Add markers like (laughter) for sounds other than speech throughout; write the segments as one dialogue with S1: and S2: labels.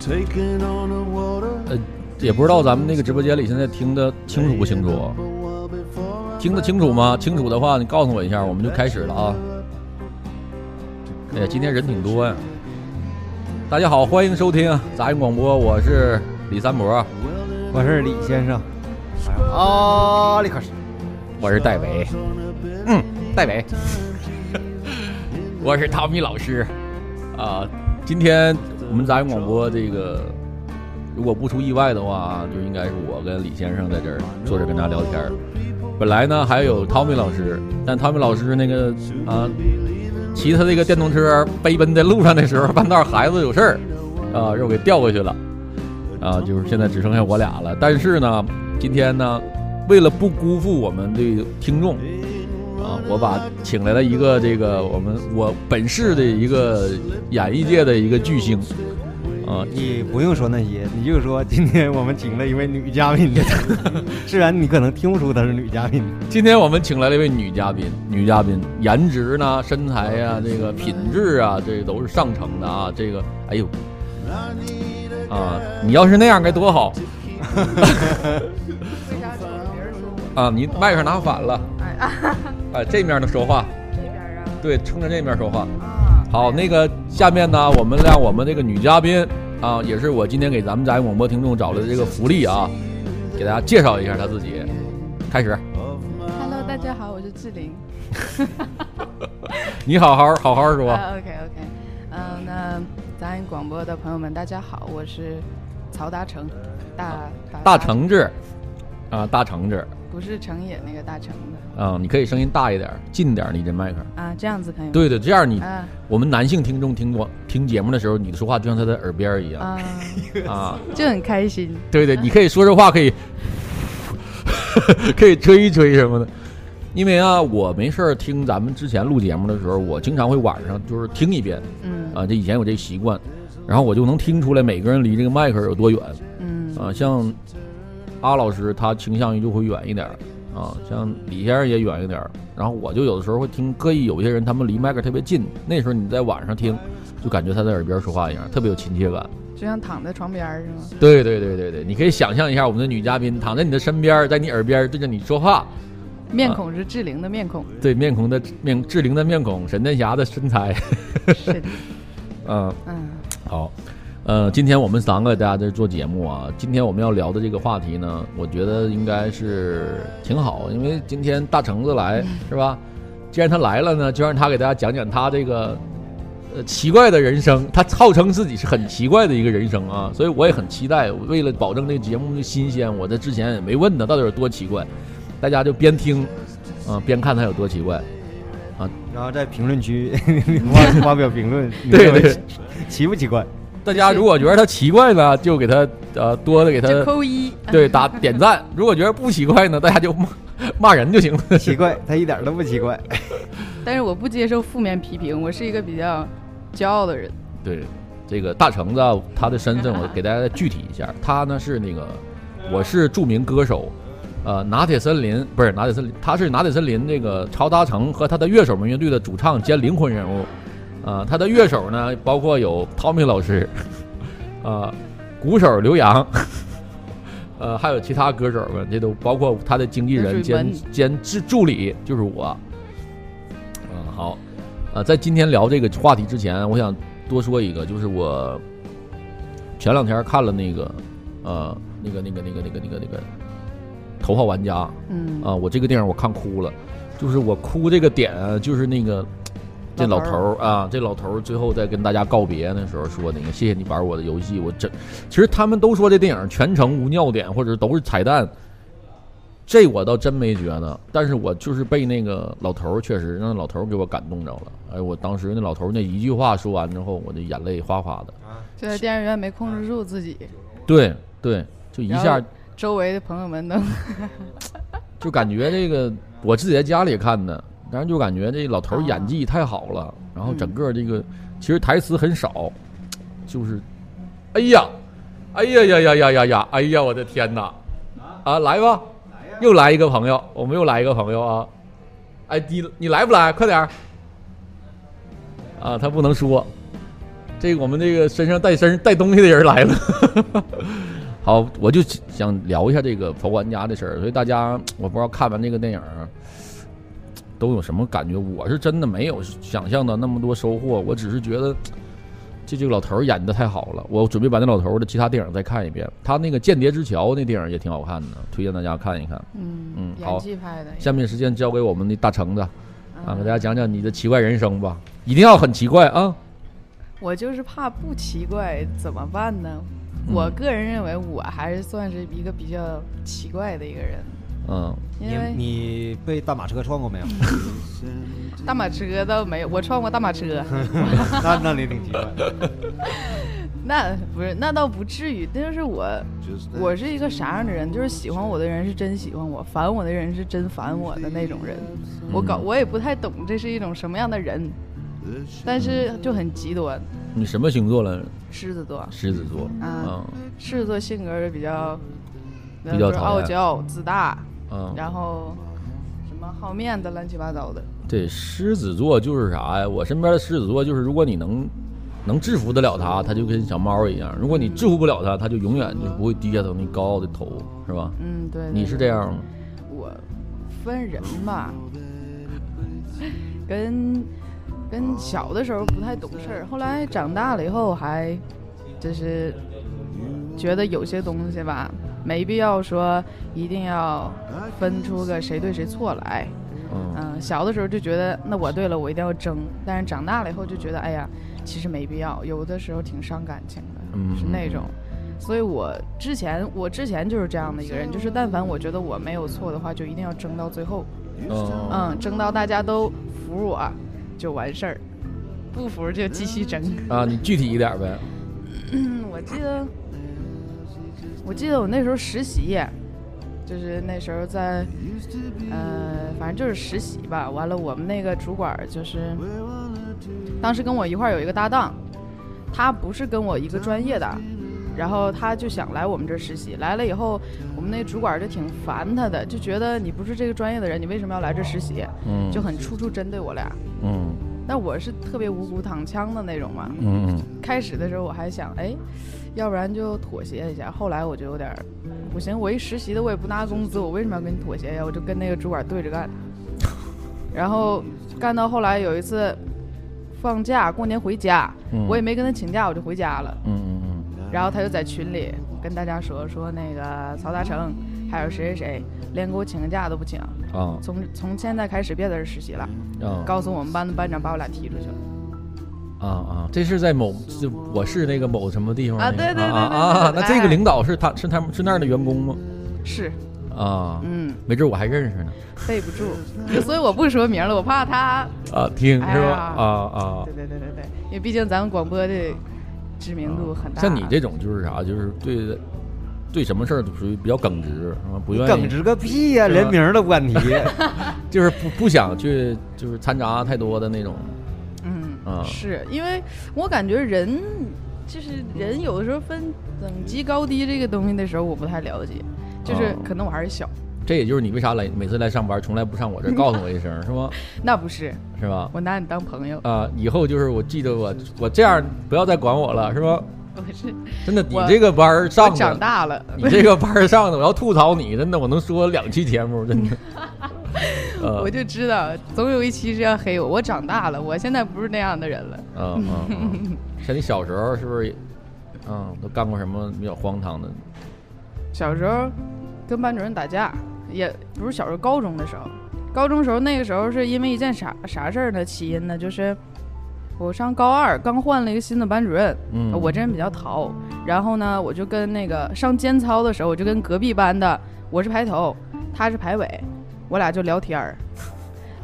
S1: Taking on the water.
S2: 呃，也不知道咱们那个直播间里现在听得清楚不清楚？听得清楚吗？清楚的话，你告诉我一下，我们就开始了啊。哎呀，今天人挺多呀、大家好，欢迎收听杂音广播，我是李三博，
S3: 我是李先生。啊，立刻是
S2: 我是戴维，嗯，戴维， (laughs) 我是汤米老师。啊，今天我们杂音广播这个，如果不出意外的话，就应该是我跟李先生在这儿坐着跟大家聊天儿。本来呢还有汤米老师，但汤米老师那个啊，骑他那个电动车飞奔在路上的时候，半道儿孩子有事儿，啊，让我给调过去了。啊，就是现在只剩下我俩了。但是呢，今天呢，为了不辜负我们的听众，啊，我把请来了一个这个我们我本市的一个演艺界的一个巨星，啊，
S3: 你不用说那些，你就说今天我们请了一位女嘉宾， (laughs) 虽然你可能听不出她是女嘉宾，
S2: 今天我们请来了一位女嘉宾，女嘉宾颜值呢、身材呀、这个品质啊，这都是上乘的啊。这个，哎呦，啊，你要是那样该多好
S4: 为啥总别人说我？
S2: 啊！你外边拿反了，
S4: 哎啊，
S2: 哎，这面的说话，
S4: 这边儿啊
S2: 对，冲着这面说话。
S4: 啊，
S2: 好，那个下面呢，我们让我们这个女嘉宾啊，也是我今天给咱们杂音广播听众找来的这个福利啊，给大家介绍一下她自己。开始，
S4: Hello，大家好，我是志
S2: (laughs)
S4: 玲。
S2: 你好好好好说。
S4: (laughs) 啊，OK OK，嗯，那杂音广播的朋友们，大家好，我是曹达成，大大
S2: 大橙子，啊，大橙子，
S4: 不是成也那个大成的
S2: 啊，你可以声音大一点，近点儿离这麦克。
S4: 啊，这样子可以吗？
S2: 对对，这样你
S4: 啊
S2: 我们男性听众听过听节目的时候，你说话就像他的耳边儿一样
S4: 啊，
S2: 啊。
S4: 就很开心。
S2: 对对，你可以说这话，可以 (laughs) 可以吹一吹什么的。因为啊，我没事儿听咱们之前录节目的时候，我经常会晚上就是听一遍
S4: 嗯
S2: 啊，这以前有这个习惯，然后我就能听出来每个人离这个麦克有多远
S4: 嗯
S2: 啊。像阿老师他倾向于就会远一点儿啊，像李先生也远一点儿，然后我就有的时候会听，刻意有些人他们离麦克特别近，那时候你在晚上听，就感觉他在耳边说话一样，特别有亲切感。
S4: 就像躺在床边儿是吗？
S2: 对对对对对，你可以想象一下，我们的女嘉宾躺在你的身边，在你耳边对着你说话，
S4: 面孔是志玲的面
S2: (laughs)
S4: 孔，
S2: 对面孔的面志玲的面孔，沈殿霞的身材， (laughs)
S4: 是的，
S2: 嗯，
S4: 嗯
S2: 好，呃，今天我们三个给大家在这做节目啊，今天我们要聊的这个话题呢，我觉得应该是挺好，因为今天大橙子来是吧？既然他来了呢，就让他给大家讲讲他这个。呃，奇怪的人生，他号称自己是很奇怪的一个人生啊，所以我也很期待。为了保证这个节目的新鲜，我在之前也没问他到底有多奇怪，大家就边听，啊、边看他有多奇怪。
S3: 然后在评论区 (laughs) 发发表评论，你
S2: 对
S3: 认为
S2: 对
S3: 奇不奇怪？ (laughs)
S2: 大家如果觉得他奇怪呢，就给他呃多的给他
S4: 就扣一。 (laughs)
S2: 对，打点赞。如果觉得不奇怪呢，大家就骂骂人就行了。
S3: 奇怪，他一点都不奇怪。
S4: 但是我不接受负面批评，我是一个比较骄傲的人。
S2: 对，这个大橙子啊他的身份，我给大家具体一下，他呢是那个，我是著名歌手，呃，拿铁森林不是拿铁森林，他是拿铁森林这个曹达成和他的乐手们乐队的主唱兼灵魂人物，呃，他的乐手呢包括有 Tommy 老师， (laughs) 呃，鼓手刘洋。 (laughs) 呃，还有其他歌手们，这都包括他的经纪人
S4: 水
S2: 兼
S4: 门
S2: 兼助助理，就是我。嗯，好，呃，在今天聊这个话题之前，我想多说一个，就是我前两天看了那个，呃，那个那个那个那个那个那个《头号玩家》啊、
S4: 嗯，
S2: 我这个电影我看哭了，就是我哭这个点啊就是那个这老
S4: 老
S2: 头
S4: 头
S2: 儿啊，这老头儿最后在跟大家告别那时候说那个谢谢你玩我的游戏，我真其实他们都说这电影全程无尿点或者都是彩蛋，这我倒真没觉得，但是我就是被那个老头儿确实让那老头儿给我感动着了，哎，我当时那老头儿那一句话说完之后，我的眼泪哗哗的，
S4: 就在电影院没控制住自己，
S2: 对对，就一下
S4: 然后周围的朋友们能
S2: 就感觉这个我自己在家里看的，但是就感觉这老头儿演技太好了，然后整个这个其实台词很少，就是，哎呀，哎呀呀呀呀呀呀，哎呀，我的天哪！啊，来吧，又来一个朋友，我们又来一个朋友啊！哎，你你来不来？快点儿！啊，他不能说，这个我们这个身上带身带东西的人来了。好，我就想聊一下这个《头玩家》的事儿，所以大家我不知道看完这个电影儿都有什么感觉。我是真的没有想象的那么多收获，我只是觉得这这个老头儿演的太好了。我准备把那老头儿的其他电影再看一遍，他那个《间谍之桥》那电影也挺好看的，推荐大家看一看。
S4: 嗯
S2: 嗯好
S4: 演技派的，
S2: 下面时间交给我们的大橙子啊，
S4: 嗯
S2: 给大家讲讲你的奇怪人生吧，嗯一定要很奇怪啊。
S4: 我就是怕不奇怪怎么办呢？
S2: 嗯
S4: 我个人认为我还是算是一个比较奇怪的一个人，
S2: 嗯，
S4: 因
S3: 你
S4: 为
S3: 你被大马车撞过没
S4: (laughs)
S3: 有？
S4: 大马车倒没有，我撞过大马车， (laughs)
S3: 那那你挺奇怪的。
S4: 那不是那倒不至于，那就是我我是一个啥样的人？就是喜欢我的人是真喜欢我，烦我的人是真烦我的那种人。我搞我也不太懂这是一种什么样的人，但是就很极端，
S2: 你什么星座了？
S4: 狮子座，
S2: 狮子座。嗯
S4: 啊狮子座性格是比较
S2: 比较
S4: 是
S2: 讨
S4: 傲
S2: 厌
S4: 娇、自大，
S2: 嗯，
S4: 然后什么好面子、乱七八糟的。
S2: 对，狮子座就是啥呀？我身边的狮子座就是，如果你能能制服得了他，他就跟小猫一样；如果你制服不了他，他就永远就不会低下头，你高傲的头，是吧？
S4: 嗯，对。对
S2: 你是这？样吗？
S4: 对我分人吧，跟跟小的时候不太懂事儿，后来长大了以后还就是觉得有些东西吧，没必要说一定要分出个谁对谁错来。
S2: 嗯，
S4: 嗯，小的时候就觉得那我对了，我一定要争，但是长大了以后就觉得，哎呀，其实没必要，有的时候挺伤感情的，
S2: 嗯
S4: 是那种。所以我之前我之前就是这样的一个人，就是但凡我觉得我没有错的话，就一定要争到最后，
S2: 嗯，
S4: 嗯，争到大家都服我就完事儿，不服就继续争。
S2: 啊，你具体一点呗。
S4: 嗯，我记得，我记得我那时候实习，就是那时候在，呃，反正就是实习吧。完了，我们那个主管儿就是，当时跟我一块儿有一个搭档，他不是跟我一个专业的，然后他就想来我们这儿实习。来了以后，我们那主管儿就挺烦他的，就觉得你不是这个专业的人，你为什么要来这儿实习？
S2: 嗯，
S4: 就很处处针对我俩。
S2: 嗯
S4: 但我是特别无辜躺枪的那种嘛，
S2: 嗯嗯
S4: 开始的时候我还想，哎，要不然就妥协一下。后来我就有点儿不行，我一实习的我也不拿工资，我为什么要跟你妥协呀？我就跟那个主管对
S2: (laughs)
S4: 着干，然后干到后来有一次放假过年回家，
S2: 嗯
S4: 我也没跟他请假，我就回家了。
S2: 嗯嗯
S4: 然后他就在群里跟大家说说那个曹大成还有谁谁谁，连给我请个假都不请，
S2: 嗯啊
S4: 从从现在开始别在这儿实习了。
S2: 啊
S4: 告诉我们班的班长把我俩踢出去了。
S2: 啊啊！这是在某就我是那个某什么地方那
S4: 啊
S2: 个
S4: 对对对
S2: 啊
S4: 对
S2: 啊啊！
S4: 对
S2: 那
S4: 对
S2: 这个
S4: 哎
S2: 领导是他是他们是那儿的员工吗？
S4: 是，
S2: 啊，
S4: 嗯。
S2: 没准我还认识呢。
S4: 背不住， (laughs) 所以我不说名了，我怕他。
S2: 啊，听
S4: 哎
S2: 是吧？
S4: 呀
S2: 啊啊
S4: 对，对对对对，因为毕竟咱们广播的知名度很大。
S2: 啊像你这种就是啥，就是对对什么事儿都属于比较耿直，啊不愿意
S3: 耿直个屁呀、
S2: 是吧
S3: 连名儿都不敢提。
S2: 就是不不想去就是掺杂太多的那种。
S4: 嗯，
S2: 啊
S4: 是因为我感觉人就是人，有的时候分等级高低这个东西的时候，我不太了解，就是
S2: 啊
S4: 可能我还是小。
S2: 这也就是你为啥来每次来上班从来不上我这儿告诉我一声是吗？
S4: 那不是，
S2: 是吧？
S4: 我拿你当朋友，
S2: 啊，以后就是我记得我我这样不要再管我了是吧？
S4: 我是
S2: 真的，你
S4: 我
S2: 这个班儿
S4: 我
S2: 上
S4: 长
S2: 的，
S4: 大了，
S2: 你这个班儿上的，我要吐槽你，真的我能说两期节目，真
S4: (laughs)
S2: 的。呃
S4: 我就知道总有一期是要黑我。我长大了，我现在不是那样的人了。
S2: 嗯
S4: (laughs)
S2: 嗯嗯，像你小时候是不是也，嗯，都干过什么比较荒唐的？
S4: 小时候跟班主任打架，也不是小时候，高中的时候，高中时候那个时候是因为一件啥啥事儿呢？起因呢，就是我上高二刚换了一个新的班主任，
S2: 嗯，
S4: 我这人比较淘，然后呢，我就跟那个上监操的时候，我就跟隔壁班的，我是排头，他是排尾，我俩就聊天儿，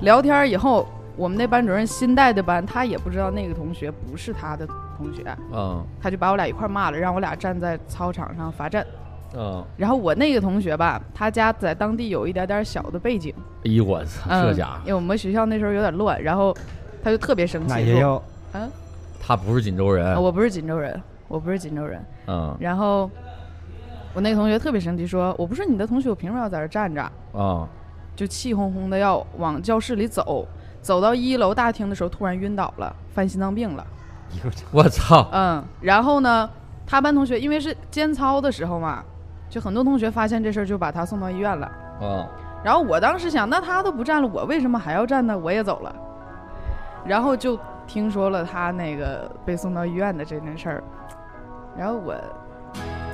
S4: 聊天儿以后，我们那班主任新带的班，他也不知道那个同学不是他的同学，
S2: 嗯
S4: 他就把我俩一块儿骂了，让我俩站在操场上罚站。
S2: 嗯，
S4: 然后我那个同学吧，他家在当地有一点点小的背景，
S2: 哎呦我操，
S4: 嗯，
S2: 这家伙
S4: 因为我们学校那时候有点乱，然后他就特别
S3: (laughs)
S4: 生
S3: 哪
S4: 气，
S3: 学
S4: 说
S3: 校？
S2: 他不是锦州人
S4: 啊：“，我不是锦州人，我不是锦州人。
S2: 嗯”
S4: 然后我那个同学特别生气，说：“我不是你的同学，我凭什么要在这站着
S2: 啊？”
S4: 就气哄哄的要往教室里走，走到一楼大厅的时候突然晕倒了，犯心脏病了。
S3: 一个场，
S2: 我操，
S4: 嗯，然后呢，他班同学因为是监操的时候嘛，就很多同学发现这事儿，就把他送到医院了。
S2: 啊，
S4: 然后我当时想，那他都不站了，我为什么还要站呢？我也走了。然后就听说了他那个被送到医院的这件事儿，然后我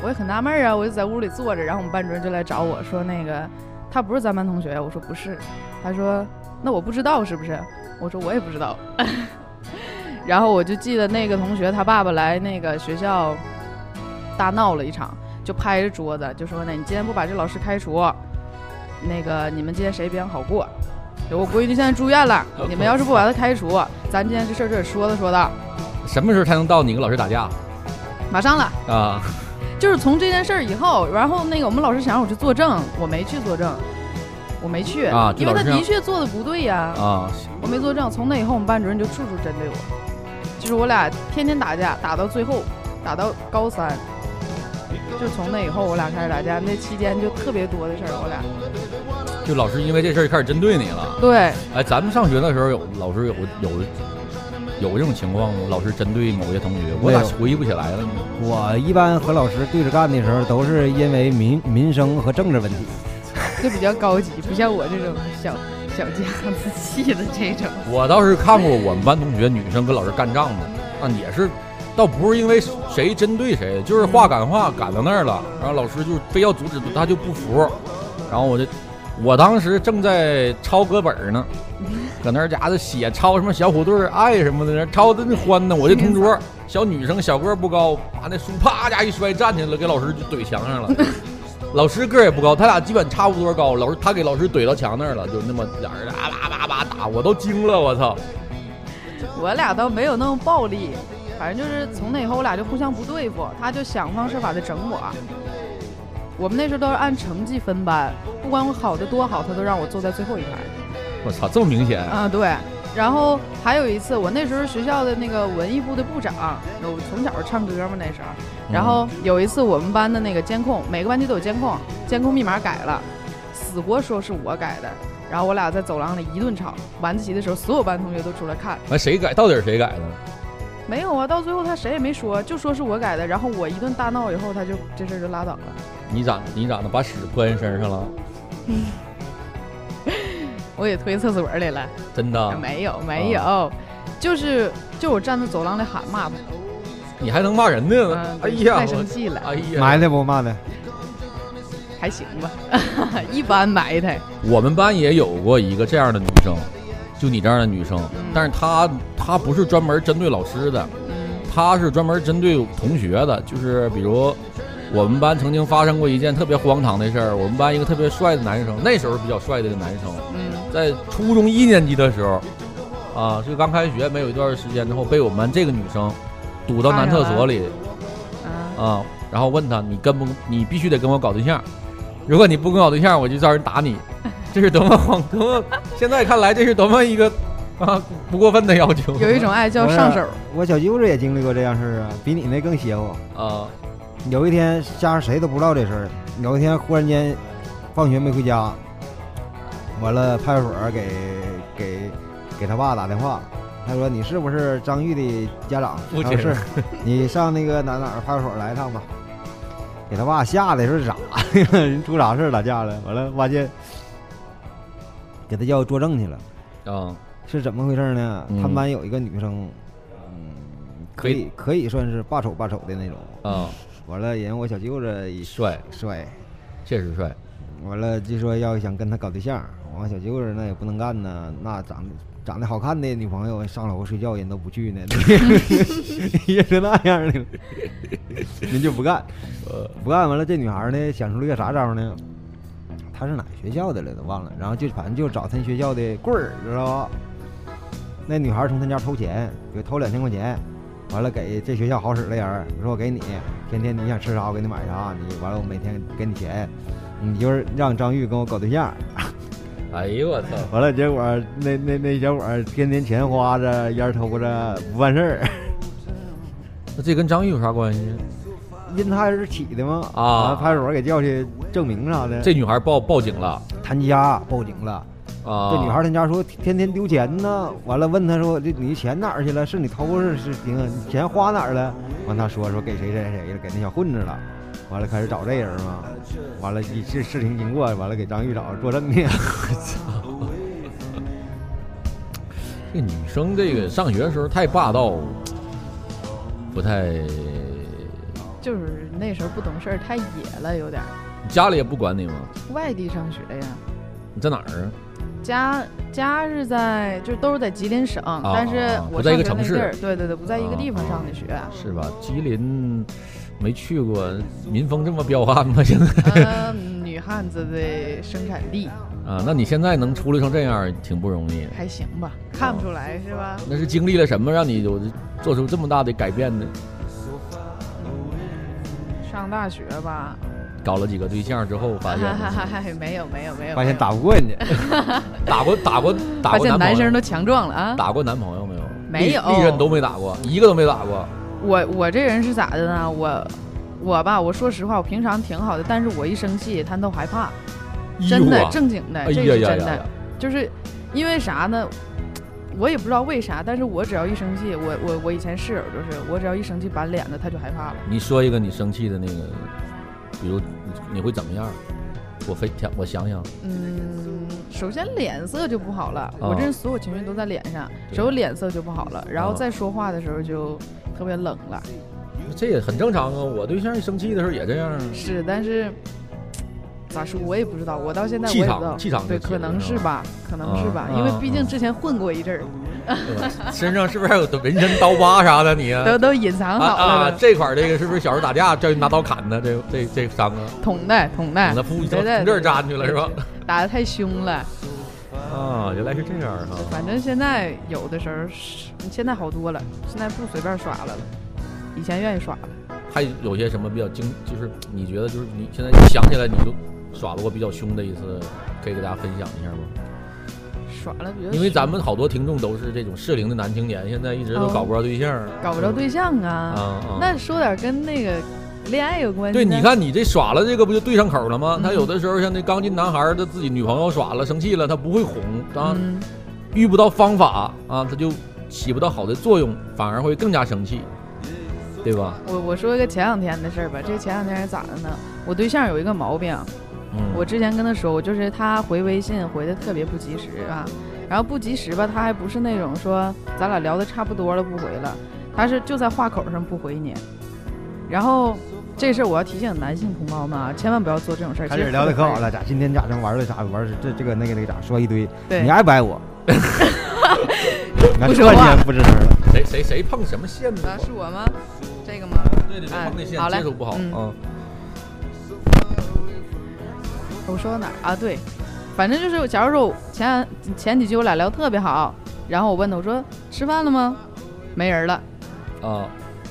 S4: 我也很纳闷儿啊，我就在屋里坐着，然后我们班主任就来找我说，那个他不是咱班同学呀？我说不是，他说那我不知道是不是？我说我也不知道。然后我就记得那个同学他爸爸来那个学校大闹了一场，就拍着桌子就说呢，你今天不把这老师开除，那个你们今天谁也别想好过。我闺女现在住院了，你们要是不把她开除，咱今天这事儿就得说道说道。
S2: 什么时候才能到你跟老师打架
S4: 马上了，
S2: 啊？
S4: 就是从这件事儿以后，然后那个我们老师想让我去作证，我没去作证，我没去，
S2: 啊就
S4: 因为他
S2: 老师让
S4: 的确做的不对呀、
S2: 啊，
S4: 我没作证。从那以后，我们班主任就处处针对我，就是我俩天天打架，打到最后，打到高三，就从那以后我俩开始打架。那期间就特别多的事儿，我俩
S2: 嗯就老师因为这事儿开始针对你了。
S4: 对
S2: 哎，咱们上学的时候有老师有有有这种情况吗？老师针对某些同学，我咋
S3: 没有
S2: 回忆不起来了呢？
S3: 我一般和老师对着干的时候，都是因为民民生和政治问题。
S4: 就比较高级，不像我这种小小家子气的这种。
S2: 我倒是看过我们班同学女生跟老师干仗的，那也是，倒不是因为谁针对谁，就是话赶话赶到那儿了，然后老师就非要阻止，他就不服，然后我就，我当时正在抄课本儿呢，搁那儿家伙写抄什么小虎队儿爱什么的，抄的那欢呢，我这同桌小女生小个儿不高，把那书啪家一摔站起来了，给老师就怼墙上了。老师个儿也不高，他俩基本差不多高。老师他给老师怼到墙那儿了，就那么俩人啊啦啦啦打，我都惊了，我操！
S4: 我俩倒没有那么暴力，反正就是从那以后我俩就互相不对付，他就想方设法的整我。我们那时候都是按成绩分班，不管我考的多好，他都让我坐在最后一排。
S2: 我操，这么明显
S4: 啊、对。然后还有一次，我那时候学校的那个文艺部的部长，我从小唱歌嘛那时候。然后有一次我们班的那个监控，每个班级都有监控，监控密码改了，死活说是我改的。然后我俩在走廊里一顿吵，晚自习的时候所有班同学都出来看。
S2: 完哎谁改？到底是谁改的？
S4: 没有啊，到最后他谁也没说，就说是我改的。然后我一顿大闹以后，他就这事儿就拉倒了。
S2: 你咋你咋的把屎泼人身上了？
S4: 我也推厕所里了，
S2: 真的？
S4: 没有没有，就是就我站在走廊里喊
S2: (laughs)
S4: 骂他，
S2: 你还能骂人呢？
S4: 嗯
S2: 哎呀
S4: 太，生气
S2: 我
S4: 了，
S2: 哎呀，
S3: 埋汰不骂的，
S4: 还行吧， (laughs) 一般埋汰。
S2: 我们班也有过一个这样的女生，就你这样的女生，但是她她不是专门针对老师的，
S4: 嗯
S2: 她是专门针对同学的，就是比如我们班曾经发生过一件特别荒唐的事儿，我们班一个特别帅的男生，那时候比较帅的一个男生，
S4: 嗯
S2: 在初中一年级的时候，啊，就刚开学没有一段时间之后，被我们班这个女生堵到男厕所里
S4: 啊，
S2: 啊，然后问他你跟不你必须得跟我搞对象，如果你不跟我搞对象，我就叫人打你，这是多么荒多么，现在看来这是多么一个啊不过分的要求，
S4: 有一种爱叫上手，
S3: 我小舅子也经历过这样事儿啊，比你那更邪乎。
S2: 啊
S3: 有一天，家人谁都不知道这事儿。有一天，忽然间，放学没回家，完了派出所给给给他爸打电话，他说：“你是不是张玉的家长？”
S2: 父
S3: 他
S2: 亲
S3: 说：“是，你上那个哪哪儿派出所来一趟吧。”给他爸吓得是咋呀？ (laughs) 人出啥事儿打架了？完了，发现给他叫作证去了。
S2: 啊
S3: 是怎么回事呢？
S2: 嗯
S3: 他们班有一个女生，嗯，可以可以算是霸丑霸丑的那种。
S2: 啊
S3: 完了，人我小舅子也
S2: 帅，
S3: 帅，
S2: 确实帅，
S3: 完了就说要想跟他搞对象，我小舅子那也不能干呢，那长得长得好看的女朋友上楼睡觉人都不去呢， (laughs) 也是那样的， (laughs) 人就不干，
S2: 呃
S3: 不干完了这女孩呢想出了个啥招呢？她是哪个学校的了都忘了，然后就反正就找他学校的棍儿，知道吧？那女孩从他家偷钱，就偷两千块钱，完了给这学校好使的人儿，我说我给你，天天你想吃啥我给你买啥，你完了我每天给你钱，你就是让张玉跟我搞对象。
S2: 哎呦我操，
S3: (laughs) 完了，结果那那那小伙儿天天钱花着，烟儿偷着，不办事儿，
S2: 那这跟张玉有啥关系？
S3: (laughs) 因他是起的嘛
S2: 啊
S3: 完了派出所给叫去证明啥的。
S2: 这女孩报报警了
S3: 谭家报警了，
S2: 啊，
S3: 这女孩儿她家说天天丢钱呢，完了问她说这你钱哪儿去了？是你偷是是你钱花哪儿了？完她说说给谁谁谁了，给那小混子了。完了开始找这人嘛，完了以事事情经过，完了给张玉找作证
S4: (laughs)
S3: 去。
S2: 这女生这个上学的时候太霸道，不太，
S4: 就是那时候不懂事儿，太野了，有点儿。
S2: 你家里也不管你吗？
S4: 外地上学呀，
S2: 你在哪儿啊？
S4: 家家是在，就都是在吉林省，但是
S2: 啊
S4: 我
S2: 不在一个
S4: 上
S2: 城
S4: 学
S2: 市
S4: 那地儿，对对对，不在一个地方
S2: 啊
S4: 上的学。
S2: 是吧？吉林没去过，民风这么彪悍吗？现在
S4: 嗯，女汉子的生产力
S2: 啊，那你现在能出溜成这样，挺不容易。
S4: 还行吧，看不出来是吧？
S2: 那是经历了什么，让你有做出这么大的改变呢？
S4: (laughs) 上大学吧，
S2: 搞了几个对象之后，
S4: (laughs)
S2: 发现
S4: 没有没有没有，
S3: 发现
S4: 没有
S3: 打不过人家，
S2: 打过打过打
S4: 发
S2: 过
S4: 现
S2: 男
S4: 男
S2: 朋友
S4: 生都强壮了啊！
S2: 打过男朋友没有？
S4: 没有
S2: 历历任都没打过，一个都没打过。
S4: 我我这人是咋的呢？我我吧，我说实话，我平常挺好的，但是我一生气，他们都害怕，真
S2: 哎哎呦
S4: 的
S2: 啊
S4: 正经的，
S2: 哎
S4: 这
S2: 呀
S4: 是
S2: 呀
S4: 真
S2: 呀呀
S4: 的，！就是因为啥呢？我也不知道为啥，但是我只要一生气，我我我以前室友就是，我只要一生气板脸子，他就害怕了。
S2: 你说一个你生气的那个，比如你会怎么样？我非想我想想，
S4: 嗯，首先脸色就不好了，我这人所有情绪都在脸上，
S2: 哦对
S4: 只有脸色就不好了，然后
S2: 啊
S4: 再说话的时候就特别冷了。
S2: 这也很正常啊。我对象一生气的时候也这样啊。
S4: 是，但是咋说，我也不知道，我到现在我
S2: 气
S4: 也不
S2: 场
S4: 知道，
S2: 气场
S4: 对，
S2: 就起
S4: 可
S2: 来
S4: 能
S2: 了
S4: 是
S2: 是
S4: 吧，可能是吧，
S2: 啊
S4: 因为
S2: 啊
S4: 毕竟之前混过一阵儿，
S2: 对
S4: (laughs)
S2: 吧身上是不是还有纹身、刀疤啥的？你啊
S4: 都都隐
S2: 啊
S4: 藏好
S2: 啊！
S4: 了的，
S2: 这块儿这个是不是小时候打架叫人拿刀砍的？这这这伤啊，
S4: 捅的捅的，
S2: 捅的噗，
S4: 对
S2: 从
S4: 哎对
S2: 这儿扎进去了是吧？
S4: 打的太凶了，
S2: 啊，原来是这样啊！
S4: 反正现在有的时候是，现在好多了，现在不随便耍了了，以前愿意耍了。
S2: 还有些什么比较惊，就是你觉得就是你现在想起来你就耍了过比较凶的一次，可以给大家分享一下吗？
S4: 耍了比较，
S2: 因为咱们好多听众都是这种适龄的男青年，现在一直都搞不着对象，
S4: 哦搞不着对象啊，
S2: 啊啊！
S4: 那说点跟那个恋爱有关系
S2: 对，
S4: 的。
S2: 你看你这耍了这个不就对上口了吗？
S4: 嗯
S2: 他有的时候像那刚进男孩儿，他自己女朋友耍了生气了，他不会哄啊，
S4: 嗯，
S2: 遇不到方法啊，他就起不到好的作用，反而会更加生气，对吧？
S4: 我我说一个前两天的事儿吧，这前两天是咋的呢？我对象有一个毛病，
S2: 嗯，
S4: 我之前跟他说过，就是他回微信回的特别不及时啊，然后不及时吧，他还不是那种说咱俩聊的差不多了不回了，他是就在话口上不回你，然后。这事儿我要提醒男性同胞们啊，千万不要做这种事儿。
S3: 开
S4: 这
S3: 始
S4: 是
S3: 聊的
S4: 特
S3: 可
S4: 别
S3: 好
S4: 烦
S3: 了，咋今天咋整玩了咋玩儿这这个那个那个咋说一堆，
S4: 对
S3: 你爱不爱
S4: (laughs)
S3: 我？那
S4: 不
S3: 突
S4: 说话
S3: 然间不吱声了，
S2: 谁谁谁碰什么线呢？
S4: 啊，是我吗？这个吗？
S2: 对对对，
S4: 哎
S2: 碰那线
S4: 好嘞
S2: 接触不好
S4: 嗯
S2: 啊。
S4: 我说到哪儿啊？对，反正就是，假如说我前前几句我俩聊特别好，然后我问他，我说吃饭了吗？没人了。
S2: 啊，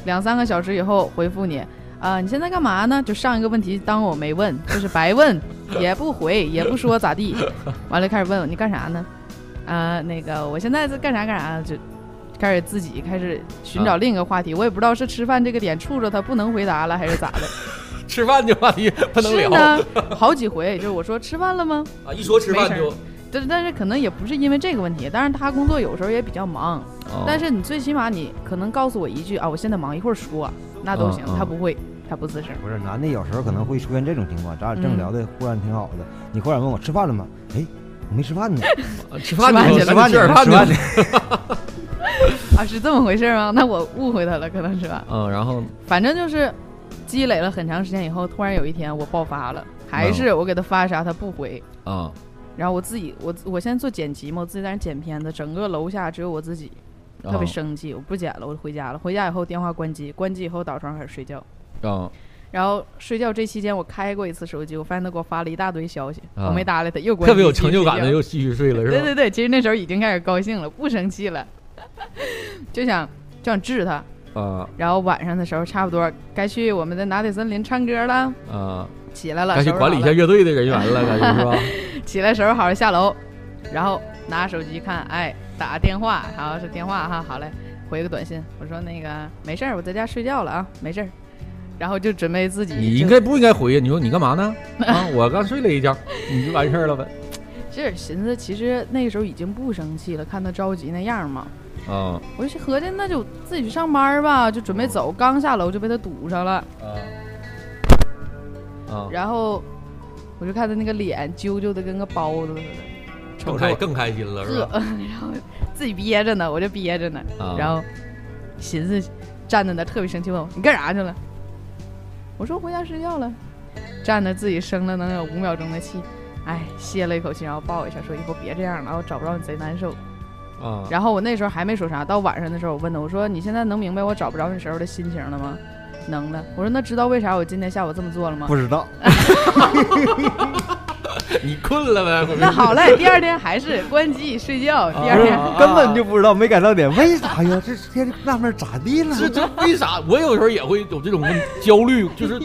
S4: 两三个小时以后回复你，啊、你现在干嘛呢？就上一个问题当我没问，就是白问， (laughs) 也不回，也不说咋地，完了开始问我你干啥呢？啊、那个我现在在干啥干啥，就开始自己开始寻
S2: 啊
S4: 找另一个话题，我也不知道是吃饭这个点触着他不能回答了，还是咋的。
S2: 吃饭这话题不能
S4: 是
S2: 聊
S4: 呢，好几回，就是我说吃饭了吗？
S2: 啊，一说吃饭就
S4: 没，但但是可能也不是因为这个问题，当然他工作有时候也比较忙，
S2: 啊
S4: 但是你最起码你可能告诉我一句啊，我现在忙，一会儿说，那都行。
S2: 嗯嗯
S4: 他不会，他不吱声。
S3: 不是男的有时候可能会出现这种情况，咱俩
S4: 嗯
S3: 正聊的忽然挺好的，你忽然问我吃饭了吗？哎，我没吃饭呢，
S2: 啊吃饭
S4: 饭
S2: 就
S4: 去
S2: 咱
S3: 吃饭
S2: 去吃
S3: 去
S2: 饭
S3: 吃饭
S2: 去
S3: 去。
S4: 啊，是这么回事儿吗？那 (laughs) 我误会他了，可能是吧。
S2: 嗯，然后
S4: 反正就是积累了很长时间以后，突然有一天我爆发了，还是
S2: 嗯
S4: 我给他发啥他不回，
S2: 啊，
S4: 然后我自己我我现在做剪辑嘛，我自己在那剪片子，整个楼下只有我自己，特
S2: 哦
S4: 别生气，我不剪了，我就回家了。回家以后电话关机，关机以后倒床上开始睡觉。
S2: 啊
S4: 然后睡觉这期间，我开过一次手机，我发现他给我发了一大堆消息，
S2: 啊
S4: 我没搭理他，又关
S2: 特别
S4: 机
S2: 有成就感的。
S4: 继续
S2: 又继续睡了
S4: 睡
S2: 是
S4: 觉对
S2: 吧？
S4: 对对，其实那时候已经开始高兴了， (laughs) 不生气了，就想就想治他。
S2: 啊
S4: 然后晚上的时候，差不多该去我们的拿铁森林唱歌了，
S2: 啊，
S4: 起来了，
S2: 该去
S4: 收拾
S2: 管理一
S4: 好
S2: 下
S4: 了，
S2: 乐队的人员了，感觉是吧？
S4: (laughs) 起来收拾好了下楼，然后拿手机看，哎，打个电话，好像是电话哈，好嘞，回个短信，我说那个没事儿，我在家睡觉了啊，没事儿，然后就准备自己就，
S2: 你应该不应该回呀？你说你干嘛呢？啊，我刚睡了一觉，你就完事儿了呗。
S4: 这寻思，其实那个时候已经不生气了，看他着急那样嘛，
S2: 啊
S4: 我就合计那就自己去上班吧，就准备走，刚下楼就被他堵上了，
S2: 啊啊！
S4: 然后我就看他那个脸揪揪的跟个包子似的，
S2: 更
S4: 瞅瞅
S2: 开
S4: 我
S2: 更开心了是
S4: 呵，
S2: 吧？
S4: (laughs) 然后自己憋着呢，我就憋着呢，
S2: 啊
S4: 然后寻思站在那儿特别生气，问我你干啥去了？我说回家睡觉了，站着自己生了能有五秒钟的气，哎，歇了一口气，然后抱我一下说以后别这样了，我找不着你贼难受。
S2: 啊
S4: 然后我那时候还没说啥，到晚上的时候我问他，我说你现在能明白我找不着你时候的心情了吗？能了。我说那知道为啥我今天下午这么做了吗
S3: 不？知道，
S2: 你困了呗？
S4: 那好嘞，第二天还是关机睡觉。 (laughs)
S2: 啊
S4: 第二
S3: 不是
S2: 哦
S4: 天，
S3: 根本就不知道，没赶到点，为啥呀？这天纳闷咋地了？
S2: 这这为啥？我有时候也会有这种问焦虑，就是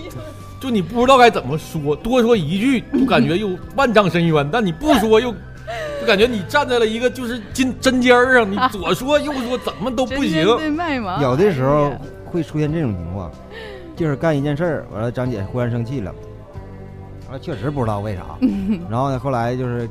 S2: 就你不知道该怎么说，多说一句就感觉又万丈深渊，但你不说又就感觉你站在了一个就是金针尖儿上，你左说右说怎么都不
S4: 针尖
S2: 行。
S4: 对麦芒。
S3: 有的时
S4: 哎
S3: 候
S4: 呀
S3: 会出现这种情况，就是干一件事儿，完了张姐忽然生气了，完了确实不知道为啥，然后呢，后来就是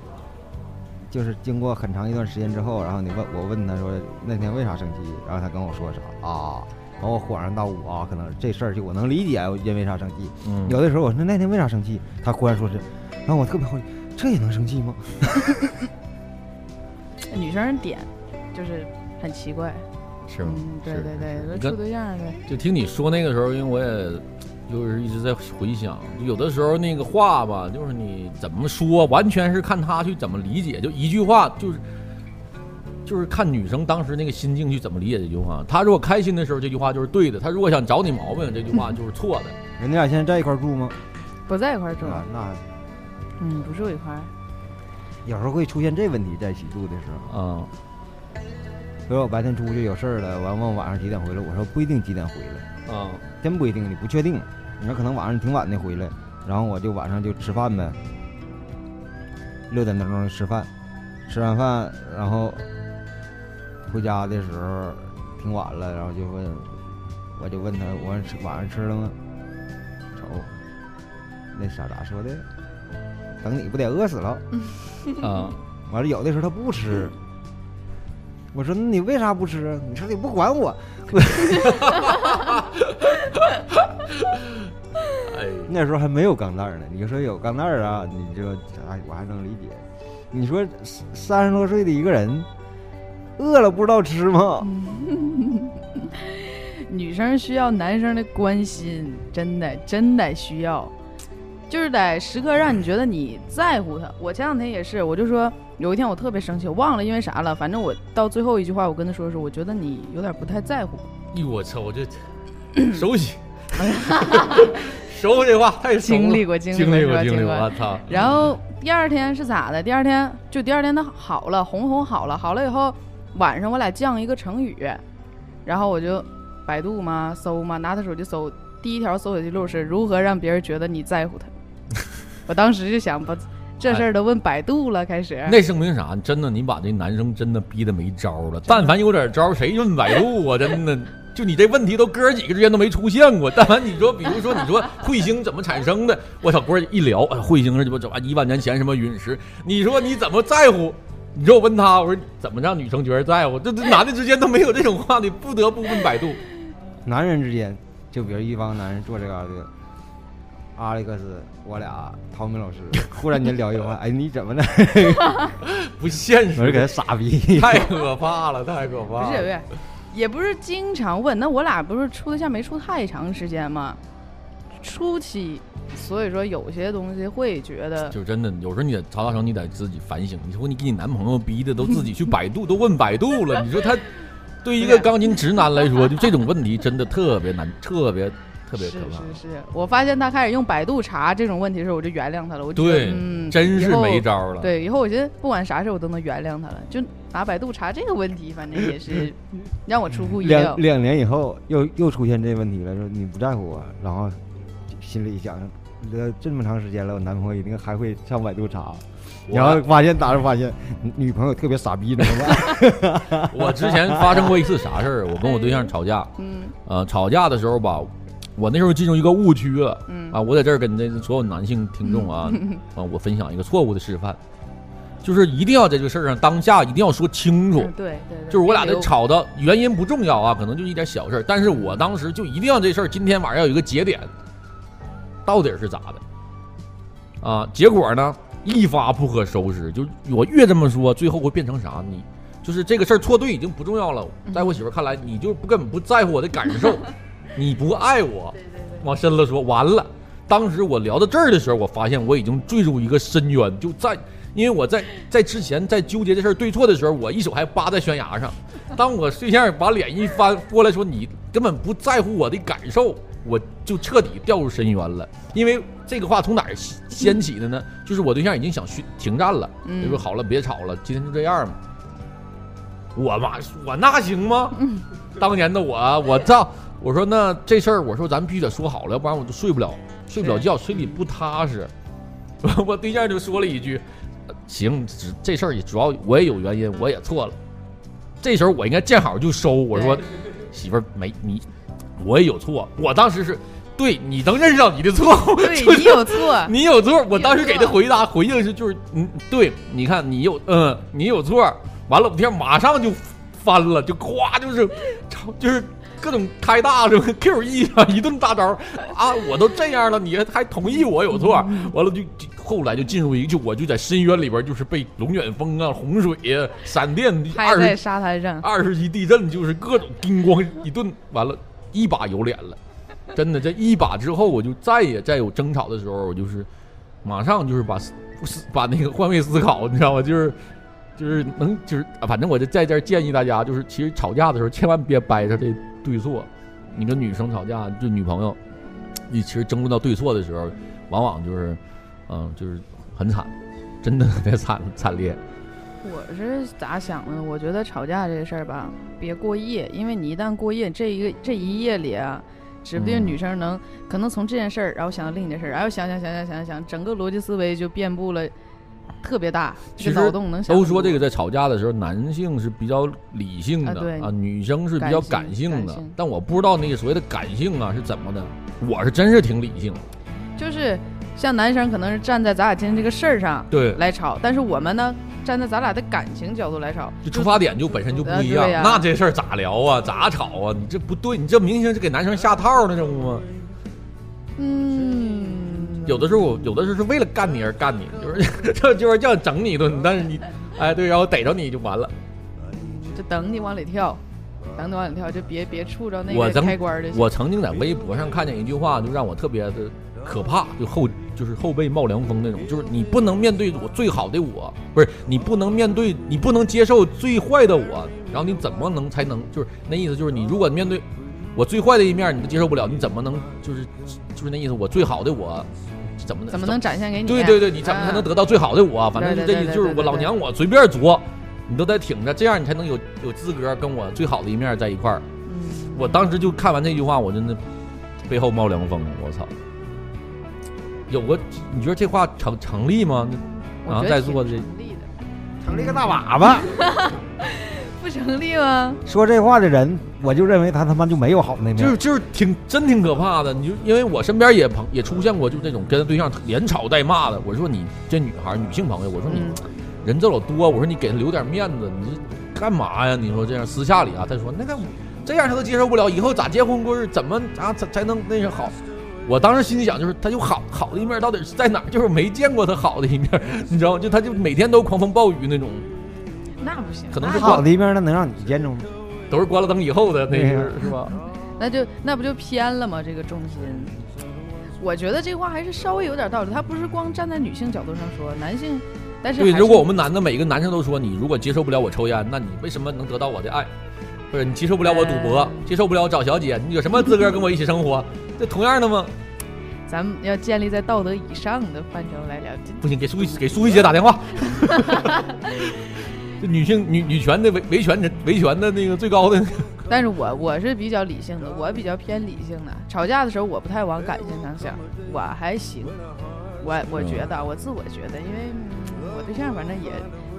S3: 就是经过很长一段时间之后，然后你问我问她说那天为啥生气，然后她跟我说啥啊，然后我恍然大悟啊，可能这事儿就我能理解我因为啥生气，
S2: 嗯
S3: 有的时候我说那天为啥生气，她忽然说是，然后我特别好奇，这也能生气吗？
S4: 女生点就是很奇怪，
S2: 是吗
S4: 嗯，对
S2: 是
S4: 对对，
S2: 你
S4: 都
S2: 看
S4: 处对象呗，
S2: 就听你说那个时候，因为我也就是一直在回想，就有的时候那个话吧，就是你怎么说，完全是看他去怎么理解。就一句话，就是就是看女生当时那个心境去怎么理解这句话。她如果开心的时候，这句话就是对的；她如果想找你毛病，这句话就是错的。
S3: 人家俩现在在一块儿住吗？
S4: 不在一块儿住，
S3: 啊，那
S4: 嗯，不住一块儿。
S3: 有时候会出现这问题，在一起住的时候。
S2: 啊、
S3: 比如我白天出去有事儿了，完问我晚上几点回来，我说不一定几点回来，
S2: 啊、
S3: 真不一定，你不确定，你说可能晚上挺晚的回来，然后我就晚上就吃饭呗，六点多钟吃饭，吃完饭然后回家的时候挺晚了，然后就问，我就问他我说吃晚上吃了吗？瞅，那傻咋说的？等你不得饿死了？
S2: 啊！
S3: 完了，有的时候他不吃。我说：“那你为啥不吃？”啊你说：“你不管我。
S2: 哎，”
S3: 那时候还没有钢蛋儿呢。你说有钢蛋儿啊，你就哎，我还能理解。你说三三十多岁的一个人，饿了不知道吃吗？
S4: 女生需要男生的关心，真的真得需要，就是得时刻让你觉得你在乎他。我前两天也是，我就说有一天我特别生气，我忘了因为啥了，反正我到最后一句话我跟他说的是，我觉得你有点不太在乎。
S2: 一我操，我这熟悉， (laughs) 熟悉这话太熟了
S4: 经历过经
S2: 经
S4: 历过
S2: 历过
S4: 经历过
S2: 经历过，我操！
S4: 然后第二天是咋的？第二天就第二天他好了，红红好了，好了以后晚上我俩犟一个成语，然后我就百度嘛搜嘛，拿他手机搜，第一条搜索记录是如何让别人觉得你在乎他。我当时就想把这事儿都问百度了，开始。
S2: 那证明啥？真的，你把这男生真的逼得没招儿了。但凡有点招儿，谁问百度啊？真的，就你这问题都哥儿几个之间都没出现过。 (laughs) 但凡你说，比如说你说彗星怎么产生的，我操，哥儿一聊，哎，彗星是怎么怎么一万年前什么陨石？你说你怎么在乎？你说我问他，我说怎么让女生觉得在乎？这这男的之间都没有这种话，你不得不问百度。
S3: 男人之间，就比如一帮男人坐这嘎达，阿历克斯，我俩，陶明老师，忽然间聊一话，哎，你怎么了？
S2: 不现
S3: (laughs) 我就给他
S2: 实，
S3: 傻逼。
S2: 太可怕了，太可
S4: 不
S2: 怕
S4: 是不
S2: 了。
S4: 是，也不是经常问。那我俩不是处对象没处太长时间嘛，初期，所以说有些东西会觉得
S2: 就真的，有时候你得曹大成，你得自己反省。你说你给你男朋友逼的都自己去百度，都问百度了，你说他对一个钢筋直男来说，就这种问题真的特别难，特别特别
S4: 是
S2: 可怕。
S4: 是是，我发现他开始用百度查这种问题的时候，我就原谅他了。我就觉得
S2: 对，
S4: 嗯，
S2: 真
S4: 以
S2: 是
S4: 后
S2: 没招儿了。
S4: 对，以后我觉得不管啥事儿我都能原谅他了，就拿百度查这个问题，反正也
S2: (laughs)
S4: 是让我出乎意料
S3: 两。两年以后又又出现这问题了，说你不在乎我，然后心里想，这这么长时间了，我男朋友一定还会上百度查，
S2: 我
S3: 然后发现打着发现女女朋友特别傻逼，怎么
S2: (laughs)
S3: 办？
S2: 我之前发生过一次啥事儿？我跟我对象吵架，
S4: 嗯
S2: 呃，吵架的时候吧，我那时候进入一个误区了。
S4: 嗯 (laughs)
S2: 啊啊，我在这儿跟这所有男性听众啊，啊，我分享一个错误的示范。就是一定要在这个事儿上当下一定要说清楚
S4: 嗯，对对对，
S2: 就是我俩
S4: 别
S2: 这
S4: 留
S2: 吵的原因不重要啊，可能就一点小事儿，但是我当时就一定要这事儿今天晚上有一个节点，到底是咋的啊？结果呢，一发不可收拾，就我越这么说，最后会变成啥？你就是这个事儿错对已经不重要了，在我媳妇儿看来，你就不根本不在乎我的感
S4: (laughs)
S2: 受，你不爱我，
S4: 对对对。
S2: 往深了说，完了。当时我聊到这儿的时候，我发现我已经坠入一个深渊，就在因为我在在之前在纠结这事儿对错的时候，我一手还扒在悬崖上。当我对象把脸一翻过来说你根本不在乎我的感受，我就彻底掉入深渊了。因为这个话从哪儿掀起的呢？就是我对象已经想去停战了，
S4: 嗯
S2: 就说好了，别吵了，今天就这样吧。我妈，我那行吗？
S4: 嗯
S2: 当年的我，啊我操！我说那这事儿，我说咱必须得说好了，要不然我就睡不了，睡不了觉，心里不踏实。 (laughs) 我对象就说了一句：“呃行，只这事儿也主要我也有原因，我也错了。”这时候我应该见好就收。我说
S4: 对：“
S2: 媳妇儿，没你，我也有错。我当时是对你能认识到你的错误， (laughs) 就
S4: 对你
S2: 是
S4: 有错，
S2: 你有错。我
S4: 你有
S2: 当时给他
S4: 错
S2: 回答回应是就是，嗯，对，你看你有，嗯，你有错。完了，我天，马上就翻了，就咵就是，吵就是各种开大什么 Q E 啊，一顿大招啊，我都这样了，你还同意我有错？
S4: 嗯
S2: 完了就就后来就进入一个，就我就在深渊里边，就是被龙卷风啊、洪水啊、闪电
S4: 拍
S2: 二
S4: 在
S2: 十
S4: 沙滩上，
S2: 二十级地震，就是各种叮咣一顿，完了，一把有脸了。真的，这一把之后，我就再也再有争吵的时候，我就是马上就是把思思把那个换位思考，你知道吗？就是就是能就是，啊反正我就在这儿建议大家，就是其实吵架的时候千万别掰扯这对错。你跟女生吵架，就女朋友，你其实争论到对错的时候，往往就是，嗯，就是很惨，真的特别惨惨烈。
S4: 我是咋想的？我觉得吵架这事儿吧，别过夜，因为你一旦过夜，这一个这一夜里啊，指不定
S2: 嗯
S4: 女生能、可能从这件事儿，然后想到另一件事儿，然后想想想想想想，整个逻辑思维就遍布了特别大，
S2: 其
S4: 这个
S2: 实
S4: 脑洞能想
S2: 都说这
S4: 个
S2: 个在吵架的时候，男性是比较理性
S4: 啊
S2: 的
S4: 对
S2: 啊，女生是比较感性
S4: 感性
S2: 的
S4: 感性。
S2: 但我不知道那个所谓的感性啊是怎么的，我是真是挺理性的。
S4: 就是像男生可能是站在咱俩今天这个事儿上
S2: 对，
S4: 来吵，但是我们呢站在咱俩的感情角度来吵，
S2: 就出发点就本身就不一
S4: 啊
S2: 样
S4: 对，呀
S2: 那这事儿咋聊啊？咋吵啊？你这不对，你这明显是给男生下套那种吗？
S4: 嗯，
S2: 有的时候我有的时候是为了干你而干你，就是 (laughs) 这就是要整你一顿，但是你哎对，然后逮着你就完了。
S4: 就等你往里跳，等你往里跳，就别别触着那
S2: 我
S4: 个
S2: 曾
S4: 开关儿就行。
S2: 我曾经在微博上看见一句话，就让我特别的可怕，就后就是后背冒凉风那种，就是你不能面对我最好的我，不是你不能面对，你不能接受最坏的我，然后你怎么能才能就是那意思就是你如果面对我最坏的一面你都接受不了，你怎么能就是就是那意思我最好的我怎么
S4: 怎么能展现给你？嗯
S2: 对
S4: 啊
S2: 对对，你怎么才能得到最好的我？反正就
S4: 对
S2: 这
S4: 对
S2: 意思，
S4: 对
S2: 就是
S4: 对
S2: 我
S4: 对
S2: 老
S4: 对
S2: 娘我随便作，你都得挺着，这样你才能有有资格跟我最好的一面在一块儿。
S4: 嗯
S2: 我当时就看完这句话，我真的背后冒凉风，我操！有个，你觉得这话成成立吗？
S4: 我
S2: 啊
S4: 觉得
S2: 在
S4: 挺
S2: 座的这
S4: 成立的
S3: 成了一个大粑粑。
S4: 不成立吗？
S3: 说这话的人，我就认为他他妈就没有好那面。
S2: 就是就是挺真挺可怕的。你就因为我身边也朋也出现过，就是那种跟对象连吵带骂的。我说你这女孩女性朋友，我说你
S4: 嗯，
S2: 人这老多，我说你给她留点面子，你这干嘛呀？你说这样私下里啊，再说那个这样她都接受不了，以后咋结婚过日？怎么啊才才能那是好？我当时心里想，就是她有好好的一面到底是在哪儿？就是没见过她好的一面，你知道吗？就她就每天都狂风暴雨那种，
S4: 嗯那不行，
S2: 可能
S4: 那
S2: 是
S4: 好
S3: 好的一面，那能让你见着吗？哎
S2: 都是关了灯以后的那
S3: 对呀
S2: 是是吧？
S4: 那就那不就偏了吗？这个重心。我觉得这话还是稍微有点道理，他不是光站在女性角度上说，男性，但是
S2: 对，
S4: 还
S2: 如
S4: 是
S2: 果我们男的每个男生都说你如果接受不了我抽烟，那你为什么能得到我的爱？不是你接受不了我赌博
S4: 呃，
S2: 接受不了我找小姐，你有什么资格跟我一起生活？这同样的吗？
S4: 咱们要建立在道德以上的范畴来聊，这
S2: 不行，给苏给苏菲姐打电话。 (laughs) 这女性女女权的维维权人维权的那个最高的，
S4: 但是我我是比较理性的，我比较偏理性的。吵架的时候，我不太往感性上想，我还行。我我觉得啊，我自我觉得，因为、嗯我对象反正也，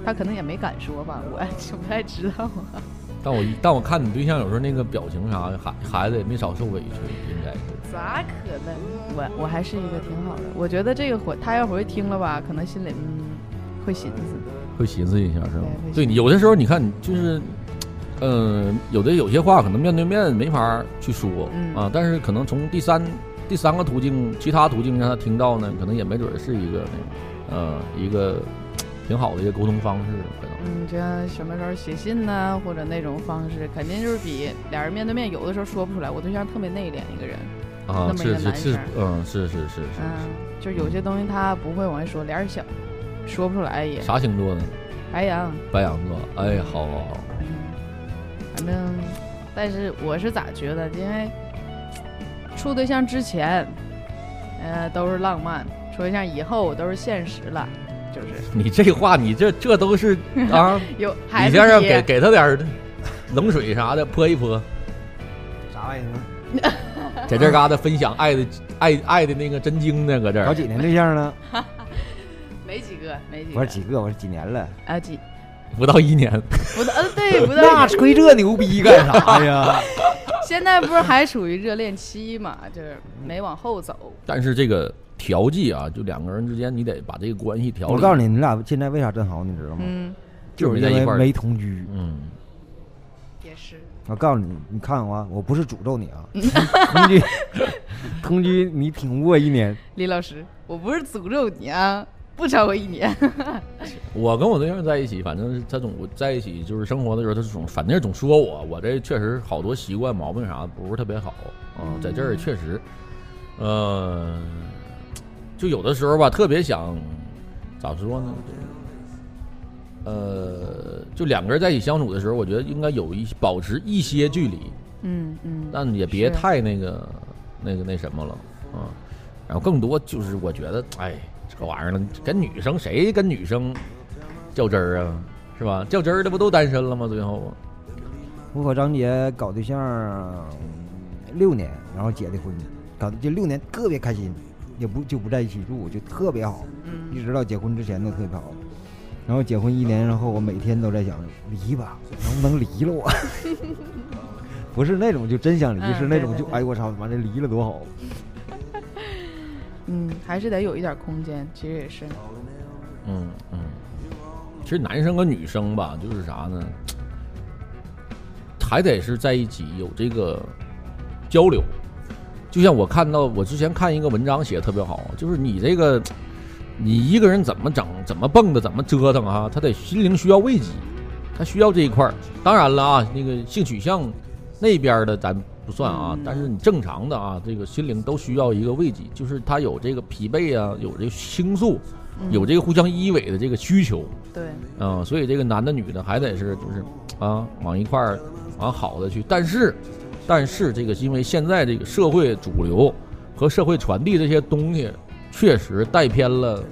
S4: 他可能也没敢说吧，我 (laughs) 就不太知道啊。
S2: 但我但我看你对象有时候那个表情啥，孩孩子也没少受委屈，应该是。
S4: 咋可能？我我还是一个挺好的，我觉得这个回他要回去听了吧，可能心里嗯会寻思，
S2: 会寻思一下是吧
S4: 对会？
S2: 对你有的时候，你看你就是，嗯，有的有些话可能面对面没法去说
S4: 嗯
S2: 啊，但是可能从第三第三个途径、其他途径让他听到呢，可能也没准是一个那个呃一个挺好的一个沟通方式，可能
S4: 嗯，这样什么时候写信呢、或者那种方式，肯定就是比俩人面对面有的时候说不出来。我对象特别内敛一个人，
S2: 啊
S4: 那么一
S2: 是
S4: 个
S2: 是
S4: 男
S2: 是
S4: 生，
S2: 嗯是是是是
S4: 嗯，就是有些东西他不会往外说，俩人小，说不出来也
S2: 是，。啥星座呢？
S4: 白羊，
S2: 白羊座，哎，好好好，
S4: 嗯，反正，但是我是咋觉得，因为处对象之前，呃，都是浪漫；处对象以后都是现实了，就是
S2: 你这话你这这都是啊，
S4: 有孩
S2: 你
S4: 子
S2: 这样
S4: 气
S2: 给给他点儿冷水啥的泼一泼。
S3: 啥玩意儿？
S2: 在这嘎达分享爱的爱爱的那个真经呢，搁这
S3: 搞
S2: 儿
S3: 几年对象了？
S4: 没几个，没几
S3: 我说，
S4: 个
S3: 几个？我说几年了？
S4: 啊几
S2: 不到一年， (laughs)
S4: 不到，呃对，不到
S3: 那吹这牛逼干啥
S2: (laughs)
S3: 呀？
S4: 现在不是还处于热恋期嘛，就是没往后走。
S2: 但是这个调剂啊，就两个人之间你得把这个关系调理。
S3: 我告诉你，你俩现在为啥真好，你知道吗？
S4: 嗯，
S2: 就是
S3: 因
S2: 在一块
S3: 为
S2: 儿
S3: 没同居。
S2: 嗯，
S4: 也是。
S3: 我告诉你，你看我啊，我不是诅咒你
S2: (laughs)
S3: 啊，同居，同居你挺不过一年，
S4: 李老师，我不是诅咒你啊，不超过一年。 (laughs)
S2: 我跟我对象在一起，反正他总在一起就是生活的时候，他总反正总说我，我这确实好多习惯毛病啥的不是特别好啊、在这儿确实，呃，就有的时候吧，特别想咋说呢？呃，就两个人在一起相处的时候，我觉得应该有一保持一些距离，
S4: 嗯嗯，
S2: 但也别
S4: 是
S2: 太那个那个那什么了啊。然后更多就是我觉得，哎，这个玩意儿了，跟女生谁跟女生较真儿啊，是吧？较真儿的不都单身了吗？最后啊
S3: 我和张姐搞对象嗯六年，然后结的婚，搞这六年特别开心，也不就不在一起住，就特别好，
S4: 嗯
S3: 一直到结婚之前都特别好。然后结婚一年，然后我每天都在想离吧，能不能离了我？ (laughs) 不是那种就真想离，
S4: 嗯
S3: 是那种
S4: 对对
S3: 就
S4: 对
S3: 哎呦我操，完了离了多好。
S4: 嗯，还是得有一点空间，其实也是。
S2: 嗯嗯。其实男生跟女生吧，就是啥呢，还得是在一起有这个交流。就像我看到，我之前看一个文章写的特别好，就是你这个，你一个人怎么整、怎么蹦的、怎么折腾啊，他得心灵需要慰藉，他需要这一块儿。当然了啊，那个性取向那边儿的咱不算啊，但是你正常的啊，这个心灵都需要一个慰藉，就是他有这个疲惫啊，有这个倾诉，有这个互相依偎的这个需求。
S4: 嗯对，
S2: 嗯，所以这个男的女的还得是就是啊，往一块儿往好的去。但是，但是这个因为现在这个社会主流和社会传递这些东西，确实带偏了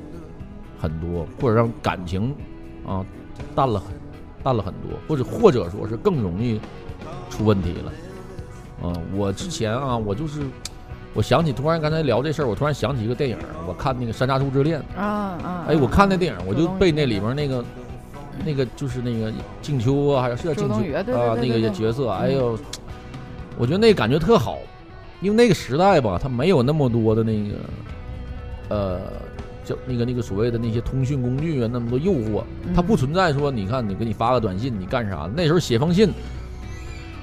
S2: 很多，或者让感情啊淡了很淡了很多，或者或者说是更容易出问题了。嗯，我之前啊，我就是我想起突然刚才聊这事儿，我突然想起一个电影儿，我看那个《山楂树之恋》。
S4: 啊啊。
S2: 哎，我看那
S4: 那
S2: 电影，我就被那里面那个那个就是那个静秋啊，还是叫
S4: 周
S2: 静秋
S4: 冬雨啊对对
S2: 啊，那
S4: 对对嗯
S2: 个
S4: 对
S2: 角色，哎呦，我觉得那感觉特好，因为那个时代吧，它没有那么多的那个呃。叫那个那个所谓的那些通讯工具啊，那么多诱惑，
S4: 嗯
S2: 它不存在说，你看你给你发个短信，你干啥？那时候写封信，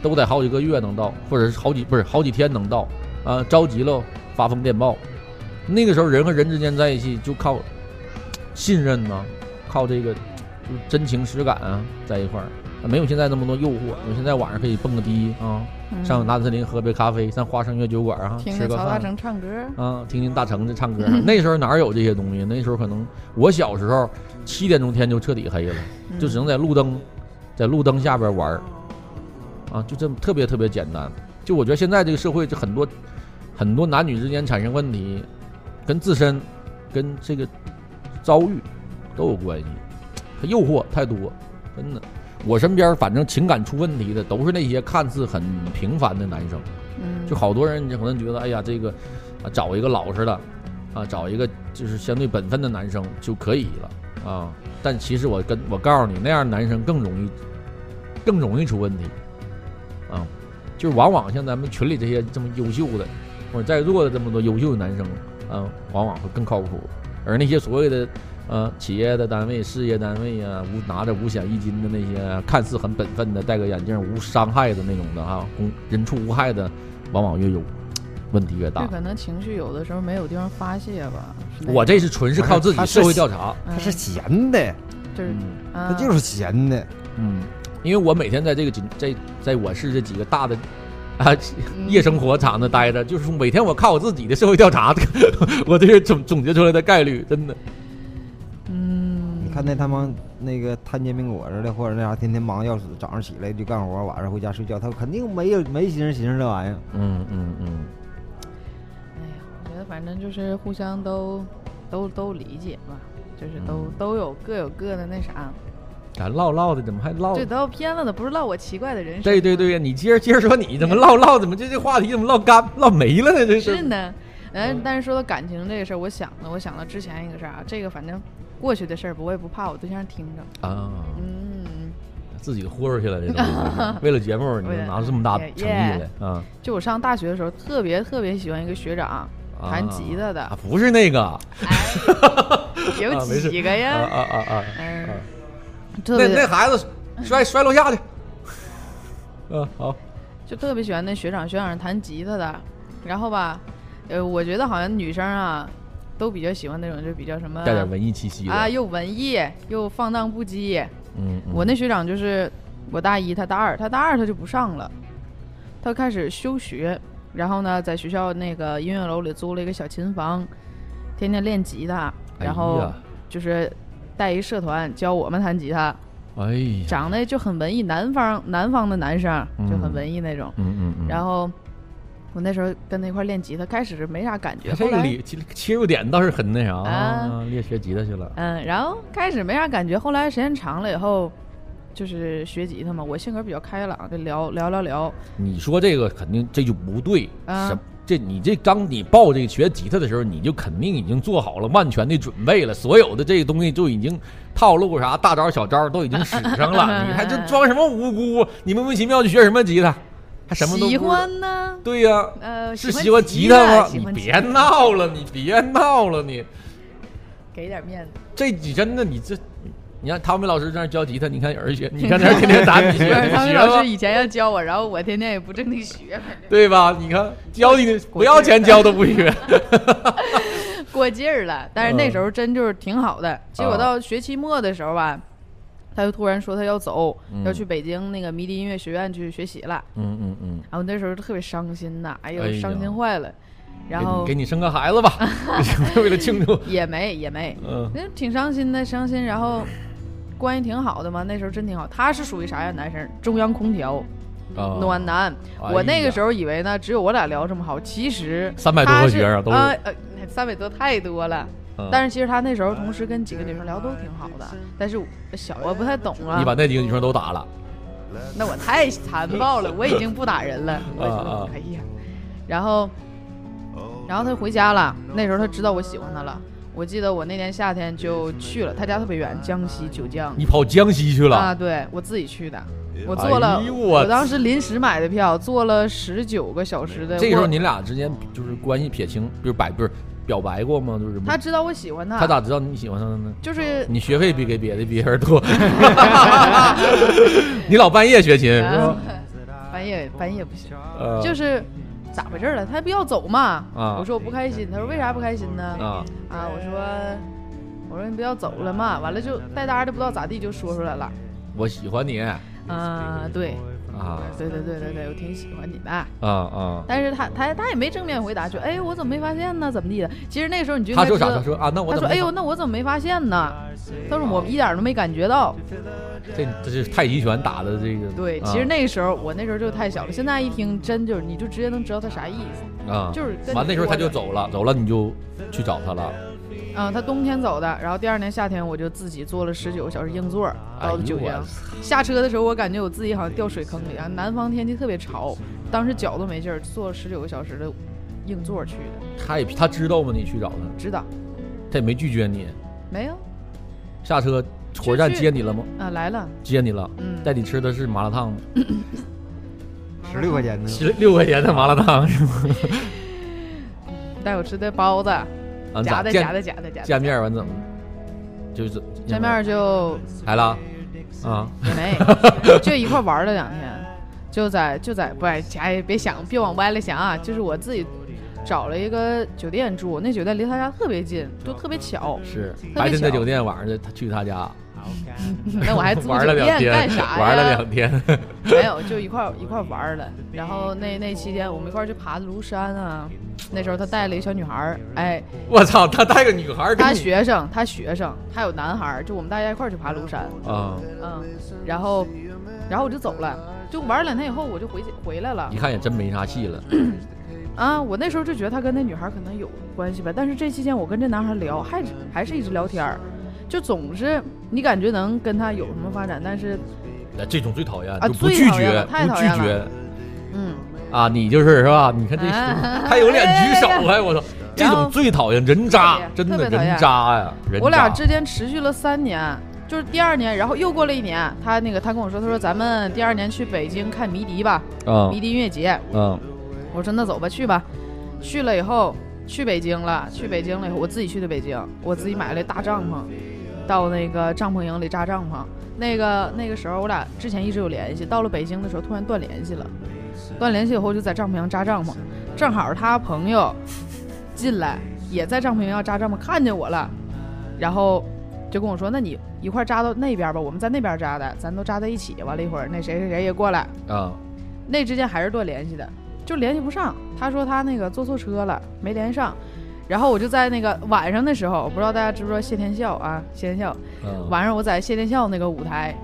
S2: 都得好几个月能到，或者是好几不是好几天能到，啊，着急了发封电报。那个时候人和人之间在一起就靠信任呐、靠这个就是真情实感啊，在一块儿，没有现在那么多诱惑。我现在晚上可以蹦个迪啊，上南森林喝杯咖啡，上花生月酒馆啊，
S4: 嗯听
S2: 吃
S4: 着
S2: 个
S4: 曹大
S2: 饭
S4: 成唱歌。
S2: 啊，听听大橙子唱歌。啊 (laughs) 那时候哪有这些东西？那时候可能我小时候七点钟天就彻底黑了，
S4: 嗯
S2: 就只能在路灯在路灯下边玩儿啊，就这么特别特别简单。就我觉得现在这个社会，就很多很多男女之间产生问题，跟自身跟这个遭遇都有关系。他诱惑太多，真的。我身边反正情感出问题的都是那些看似很平凡的男生，
S4: 嗯，
S2: 就好多人可能觉得，哎呀，这个啊找一个老实的，啊找一个就是相对本分的男生就可以了啊。但其实我跟我告诉你，那样的男生更容易，更容易出问题啊。就是往往像咱们群里这些这么优秀的，或者在座的这么多优秀的男生，啊，往往会更靠谱。而那些所谓的呃，企业的单位、事业单位啊，无拿着五险一金的那些啊看似很本分的，戴个眼镜无伤害的那种的哈，公人畜无害的，往往越有问题越
S4: 这
S2: 大。
S4: 可能情绪有的时候没有地方发泄吧。是那
S2: 我
S4: 种
S2: 这是纯是靠自己
S3: 他是
S2: 社会调查，
S3: 它是闲的，
S4: 嗯就是
S2: 嗯
S4: 啊
S3: 它，就是闲的。
S2: 嗯，因为我每天在这个几在在我市这几个大的啊夜生活厂子待着，就是说每天我靠我自己的社会调查， (laughs) 我这是总总结出来的概率，真的。
S4: 嗯，
S3: 你看那他妈那个摊煎饼果子的，或者那啥，天天忙得要死，早上起来就干活，晚上回家睡觉，他肯定没有没心思寻思这玩意儿。
S2: 嗯嗯嗯，
S4: 哎呀，我觉得反正就是互相都都都理解吧，就是都、
S2: 嗯
S4: 都有各有各的那啥，
S2: 咱啊唠唠的怎么还唠？
S4: 这都要偏了的，不是唠我奇怪的人生。
S2: 对对，对呀，你接着接着说，你怎么唠唠？怎么这这话题怎么唠干唠没了呢？这
S4: 是
S2: 是
S4: 呢。呃
S2: 嗯，
S4: 但是说到感情这个事儿，我想了，我想到之前一个事儿啊，这个反正过去的事儿吧，我也不怕我对象听着。
S2: 啊，
S4: 嗯，
S2: 自己豁出去了，这东
S4: (laughs)
S2: 西。为了节目，你就拿出这么大成绩来啊
S4: 就我上大学的时候，特别特别喜欢一个学长，
S2: 啊
S4: 弹吉他的
S2: 啊，不是那个啊
S4: 有
S2: 啊没事
S4: 几个
S2: 啊
S4: 呀？
S2: 啊啊！
S4: 嗯
S2: 啊，
S4: 特
S2: 那那
S4: 别
S2: 孩子
S4: (laughs)
S2: 摔摔楼下去。嗯，好，
S4: 就特别喜欢那学长，学长是弹吉他的。然后吧，呃，我觉得好像女生啊，都比较喜欢那种就比较什么
S2: 带点文艺气息的
S4: 啊，又文艺又放荡不羁。
S2: 嗯，嗯
S4: 我那学长就是我大一，他大二，他大二他就不上了，他开始休学，然后呢，在学校那个音乐楼里租了一个小琴房，天天练吉他，
S2: 哎
S4: 然后就是带一社团教我们弹吉他，
S2: 哎呀，
S4: 长得就很文艺，南方南方的男生就很文艺那种。
S2: 嗯嗯嗯，
S4: 然
S2: 后
S4: 后我那时候跟那块儿练吉他，开始是没啥感觉，
S2: 这
S4: 后
S2: 个
S4: 来
S2: 里切切入点倒是很那啥
S4: 啊
S2: 啊，练学吉他去了。
S4: 嗯，然后开始没啥感觉，后来时间长了以后，就是学吉他嘛，我性格比较开朗，就聊聊聊聊，
S2: 你说这个肯定这就不对，
S4: 啊
S2: 什这你这当你报这个学吉他的时候，你就肯定已经做好了万全的准备了，所有的这个东西就已经套路啥大招小招都已经使上了，你还就装什么无辜？啊你莫名其妙去学什么吉他，还什么都不
S4: 喜
S2: 知道
S4: 欢呢，
S2: 对呀、
S4: 呃，
S2: 是
S4: 喜
S2: 喜欢吉他吗？
S4: 喜
S2: 你
S4: 欢吉
S2: 别
S4: 他
S2: 闹了，你别闹了，你
S4: 给点面子，
S2: (laughs) 这你真的你这，你看汤米老师在那教吉他，你看人学，你看那天天打你
S4: 不 (laughs)
S2: 学，
S4: 是
S2: 你
S4: 他们
S2: 学
S4: 老师
S2: 吧，
S4: 以前要教我，然后我天天也不正经学，
S2: 对吧？你看教你
S4: (laughs)
S2: 的
S4: 果
S2: 不要
S4: 汁
S2: 钱教都不
S4: (laughs)
S2: 学，
S4: 过劲儿了。
S2: 嗯
S4: 但是那时候真就是挺好的，结
S2: 啊
S4: 果到学期末的时候吧。他就突然说他要走，
S2: 嗯
S4: 要去北京那个迷笛音乐学院去学习了。
S2: 嗯嗯嗯。
S4: 然后那时候特别伤心呐，哎呦，
S2: 哎呀
S4: 伤心坏了。然
S2: 给你
S4: 后
S2: 给你生个孩子
S4: (laughs)
S2: 吧，为了庆祝。
S4: 也没也没，
S2: 嗯
S4: 那挺伤心的，伤心。然后关系挺好的嘛，那时候真挺好。他是属于啥样男生？中央空调，
S2: 啊
S4: 暖男。
S2: 哎
S4: 我那
S2: 呀
S4: 个时候以为呢，只有我俩聊这么好，其实
S2: 300多
S4: 他
S2: 个
S4: 是
S2: 学生都是
S4: 啊，呃，三百多太多了。
S2: 嗯
S4: 但是其实他那时候同时跟几个女生聊都挺好的，但是我小啊不太懂啊
S2: 你把，那几个女生都打了，
S4: 那我太残暴了，我已经不打
S2: (laughs)
S4: 人了，我
S2: 啊啊
S4: 哎呀，然后，然后他回家了，那时候他知道我喜欢他了，我记得我那年夏天就去了，他家特别远，江西九江，
S2: 你跑江西去
S4: 啊，
S2: 了，
S4: 对我自己去的，我坐了，
S2: 哎呦我
S4: 我当时临时买的票，坐了十九个小时的。
S2: 这时候
S4: 我
S2: 你俩之间就是关系撇清，就是摆不是表白过吗？就是
S4: 他知道我喜欢他，
S2: 他咋知道你喜欢上他呢？
S4: 就是
S2: (laughs) 你学费比给别的别人多， (laughs) 你老半夜学琴是吧？
S4: 半夜半夜不行，
S2: 呃
S4: 嗯就是咋回事儿了？他不要走嘛？
S2: 啊
S4: 我说我不开心，他说为啥不开心呢？
S2: 啊，
S4: 啊，我说我说你不要走了嘛，完了就带搭的不知道咋地就说出来了，
S2: 我喜欢你啊
S4: 啊，对
S2: 啊
S4: 对对对对对，我挺喜欢你的。
S2: 啊啊！
S4: 但是他他他也没正面回答，说哎我怎么没发现呢？怎么地的？其实那时候你就应
S2: 他
S4: 该
S2: 说
S4: 知
S2: 啥？
S4: 道
S2: 他说啊，那我
S4: 他
S2: 怎
S4: 说：“
S2: 么
S4: 哎呦，那我怎么没发现呢？”他说：“我一点儿都没感觉到。
S2: 这这是太极拳打的这个”
S4: 对，
S2: 啊
S4: 其实那时候我那时候就太小了，现在一听真就是，你就直接能知道他啥意思。
S2: 啊
S4: 就是跟
S2: 完
S4: 你
S2: 那时候
S4: 说
S2: 他就
S4: 的
S2: 走了，走了你就去找他了。
S4: 嗯，他冬天走的，然后第二年夏天我就自己坐了十九个小时硬座儿
S2: 哎
S4: 到
S2: 呦
S4: 了九
S2: 我
S4: 江
S2: 操。
S4: 下车的时候，我感觉我自己好像掉水坑里啊！南方天气特别潮，当时脚都没劲儿，坐了十九个小时的硬座儿去的，
S2: 他也他知道吗？你去找他，
S4: 知道
S2: 他也没拒绝你。
S4: 没有？
S2: 下车火车站
S4: 去去
S2: 接你了吗？
S4: 啊，来了，
S2: 接你了，
S4: 嗯，
S2: 带你吃的是麻辣烫吗？
S3: 十六块钱呢，
S2: 十六块钱的麻辣 (laughs) 烫是吗？
S4: 带我吃的包子，
S2: 啊，咋
S4: 夹的夹
S2: 见
S4: 的夹的夹的，
S2: 见面完怎么？就是
S4: 见面
S2: (laughs)
S4: 就
S2: 来了啊，
S4: 也没，就一块玩了两天，就在就在不哎，哎别想，别往歪了想啊，就是我自己找了一个酒店住，那酒店离他家特别近，就特别巧。
S2: 是
S4: 别
S2: 白天在
S4: 巧
S2: 酒店，晚上就他去他家
S4: 嗯那我还租
S2: 玩
S4: 酒
S2: 了两
S4: 店
S2: 天
S4: 干啥，呀？
S2: 玩了两天，
S4: (laughs)
S2: (laughs)
S4: 没有，就一块儿一块儿玩儿了。然后那那期间我们一块儿去爬庐山啊。那时候他带了一小女孩儿，哎，
S2: 我操，他带个女孩儿跟
S4: 他
S2: 你
S4: 学生，他学生，他有男孩儿，就我们大家一块儿去爬庐山，
S2: 啊，
S4: 嗯，然后，然后我就走了，就玩了两天以后我就回回来了
S2: 一看也真没啥戏了，
S4: 啊。我那时候就觉得他跟那女孩儿可能有关系吧，但是这期间我跟这男孩儿聊，还是还是一直聊天儿，就总是你感觉能跟他有什么发展，但是
S2: 那哎这种最讨厌，
S4: 啊
S2: 就不
S4: 最
S2: 拒
S4: 讨厌
S2: 绝，
S4: 了太
S2: 不
S4: 讨
S2: 拒
S4: 厌
S2: 绝
S4: 嗯，
S2: 啊，你就是是吧？你看这
S4: 哎 (laughs)
S2: 还有脸举手
S4: 哎哎
S2: 哎，我操，这
S4: 然
S2: 种
S4: 后
S2: 最讨厌，人
S4: 特
S2: 渣
S4: 别，
S2: 真的
S4: 特别讨厌
S2: 人渣呀，人渣。
S4: 我俩之间持续了三年，就是第二年，然后又过了一年，他那个他跟我说，他说咱们第二年去北京看迷笛吧，迷
S2: 嗯
S4: 笛音乐节。
S2: 嗯
S4: 我说那走吧，去吧。去了以后，去北京了，去北京了以后，我自己去的北京，我自己买了一大帐篷，到那个帐篷营里扎帐篷。那个那个时候我俩之前一直有联系，到了北京的时候突然断联系了，断联系以后就在帐篷营扎帐篷，正好他朋友进来也在帐篷营要扎帐篷，看见我了，然后就跟我说：“那你一块儿扎到那边吧，我们在那边扎的，咱都扎在一起。”完了一会儿，那谁谁谁也过来，
S2: 啊
S4: 那之间还是断联系的，就联系不上。他说他那个坐错车了，没联系上。然后我就在那个晚上的时候，我不知道大家知不知道谢天笑啊，谢天笑。
S2: 嗯，
S4: 晚上我在谢天笑那个舞台，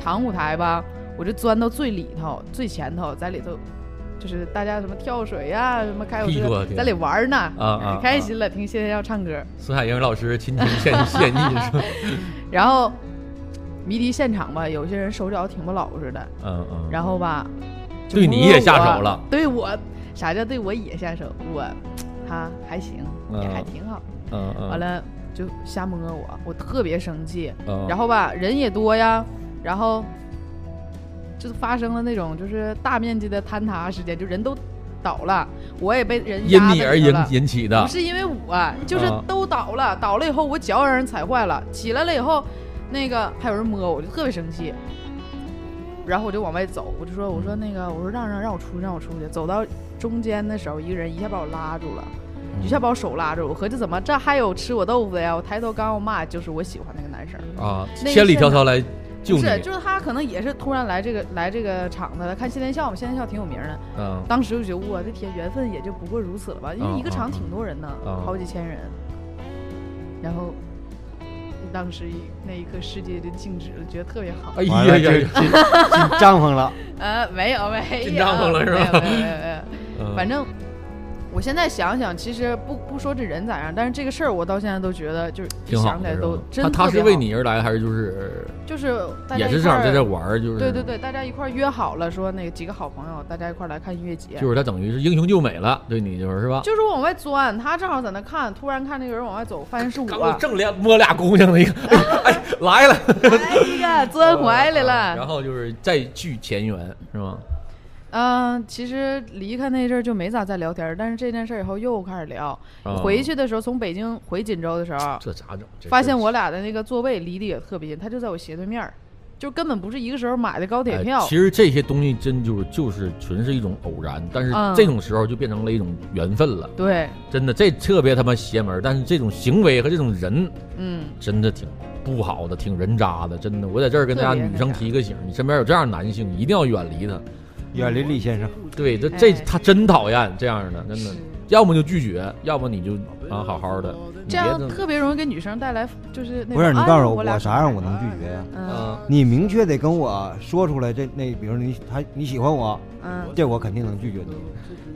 S4: 堂舞台吧，我就钻到最里头、最前头，在里头，就是大家什么跳水呀、什么开火
S2: 屁股啊
S4: 车，
S2: 天
S4: 在里玩呢，
S2: 啊啊
S4: 可开心了，听谢天笑唱歌。
S2: 孙海英老师亲情献
S4: (laughs)
S2: 献艺是吧？
S4: 然后迷笛现场吧，有些人手脚挺不老实的，
S2: 嗯嗯，
S4: 然后吧，就
S2: 对
S4: 摸
S2: 你也下
S4: 我
S2: 手了，
S4: 对我啥叫对我也下手？我他还行，也还
S2: 嗯
S4: 挺好。
S2: 嗯嗯，
S4: 完了就瞎摸我，我特别生气。
S2: 嗯，
S4: 然后吧，人也多呀，然后就发生了那种就是大面积的坍塌事件，就人都倒了，我也被人
S2: 因
S4: 压
S2: 你
S4: 在
S2: 而
S4: 里头
S2: 引
S4: 了
S2: 引起的
S4: 不，是因为我，就是
S2: 啊
S4: 都倒了，倒了以后我脚让人踩坏了，起来了以后，那个还有人摸我，我就特别生气。然后我就往外走，我就
S2: 嗯
S4: 说：“我说那个，我说让让让我出去，让我出去。”走到中间的时候，一个人一下把我拉住了，
S2: 嗯
S4: 一下把我手拉住。我合计怎么这还有吃我豆腐的呀？我抬头刚要骂，就是我喜欢那个男生，
S2: 啊，
S4: 那一
S2: 千里
S4: 现
S2: 迢迢
S4: 场
S2: 来救你，
S4: 不是，就是他可能也是突然来这个来这个场子了，看谢天笑嘛，谢天笑挺有名的。
S2: 嗯
S4: 当时就觉得我的天，缘分也就不过如此了吧，因为一个场挺多人呢，
S2: 嗯嗯
S4: 好几千人。然后，当时一那一刻世界就静止了，觉得特别好。
S2: 哎呀
S3: 完了就
S2: 呀
S3: 进
S2: 呀，
S3: 进进帐篷了，
S4: 呃，没有没有，
S2: 紧张了 (laughs) 是吧
S4: 没有没有没有没有，
S2: 嗯
S4: 反正。我现在想想，其实不不说这人咋样，但是这个事儿我到现在都觉得，就是一
S2: 挺好
S4: 想起来
S2: 的
S4: 都
S2: 是
S4: 真
S2: 吧。他他
S4: 特别
S2: 是为
S4: 好，
S2: 你而来，还是就是
S4: 就是大家
S2: 也
S4: 一
S2: 是这
S4: 块
S2: 样在
S4: 儿
S2: 这玩儿，就是
S4: 对对对，大家一块儿约好了，说那个几个好朋友，大家一块儿来看音乐节，
S2: 就是他等于是英雄救美了，对你就是是吧？
S4: 就是往外钻，他正好在那看，突然看那个人往外走，发现是
S2: 刚我
S4: 我，
S2: 正连摸俩姑娘那个， (laughs) 哎哎来了，
S4: (laughs)
S2: 啊
S4: 哎呀，钻怀里
S2: 然
S4: 了。
S2: 后就是再聚前缘是吗？
S4: 嗯、其实离开那阵儿就没咋再聊天儿，但是这件事儿以后又开始聊。
S2: 啊
S4: 回去的时候，从北京回锦州的时候，
S2: 这咋整？这
S4: 发现我俩的那个座位离得也特别近，他就在我斜对面儿，就根本不是一个时候买的高铁
S2: 哎
S4: 票。
S2: 其实这些东西真就是就是纯是一种偶然，但是
S4: 嗯
S2: 这种时候就变成了一种缘分了。
S4: 对，
S2: 真的，这特别他妈邪门儿，但是这种行为和这种人
S4: 嗯，
S2: 真的挺不好的，挺人渣的。真的，我在这儿跟大家
S4: 特别
S2: 女生
S4: 那啥嗯
S2: 提个醒，你身边有这样的男性，你一定要远离他。
S3: 远离李先生。
S2: 对，这这
S4: 哎
S2: 他真讨厌这样的，真的
S4: 是，
S2: 要么就拒绝，要么你就啊好好的，你
S4: 这
S2: 别
S4: 样
S2: 么
S4: 特别容易给女生带来就是那
S3: 不是
S4: 种
S3: 你
S4: 哎
S3: 告诉
S4: 我
S3: 我，
S4: 俩
S3: 我啥样我能拒绝呀？
S4: 嗯
S2: 嗯
S3: 你明确得跟我说出来，这那比如你他你喜欢我，
S4: 嗯，
S3: 这我肯定能拒绝你。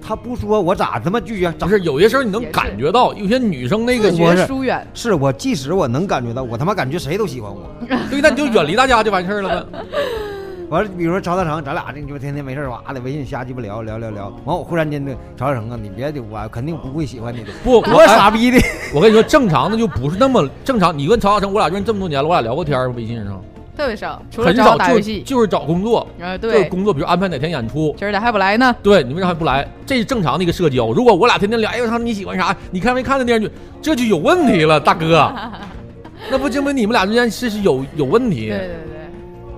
S3: 他不说，我咋他妈拒绝？
S2: 不
S3: 咋
S2: 是有些时候你能
S4: 也是
S2: 感觉到，有些女生那个
S4: 自
S3: 我
S4: 觉
S3: 是
S4: 疏远。
S3: 是我，即使我能感觉到，我他妈感觉谁都喜欢我。
S2: 对，那你就远离大家就完事儿了
S4: (laughs)
S2: 呗。
S3: 完了，比如说曹大成，咱俩这鸡巴天天没事儿哇的微信瞎鸡巴聊聊聊聊。完，我忽然间的曹大成啊，你别的，我肯定不会喜
S2: (laughs)
S3: 欢你的，
S2: 不，我
S3: 多傻逼的。
S2: 我跟你说，正常的就不是那么正常。你问曹小成，我俩认识这么多年了，我俩聊过天儿吗微信上
S4: 特别少，除了
S2: 很
S4: 找我
S2: 少，
S4: 打
S2: 就
S4: 游
S2: 是
S4: 戏。
S2: 就是找工作，
S4: 啊，
S2: 就是
S4: 对，
S2: 工作，比如安排哪天演出。
S4: 今儿咋还不来呢？
S2: 对，你为啥还不来？这是正常的一个社交。如果我俩天天聊，哎我操你喜欢啥？你看没看那电视剧？这就有问题了，大哥。那不证明你们俩之间是是有有问题。
S4: 对对对，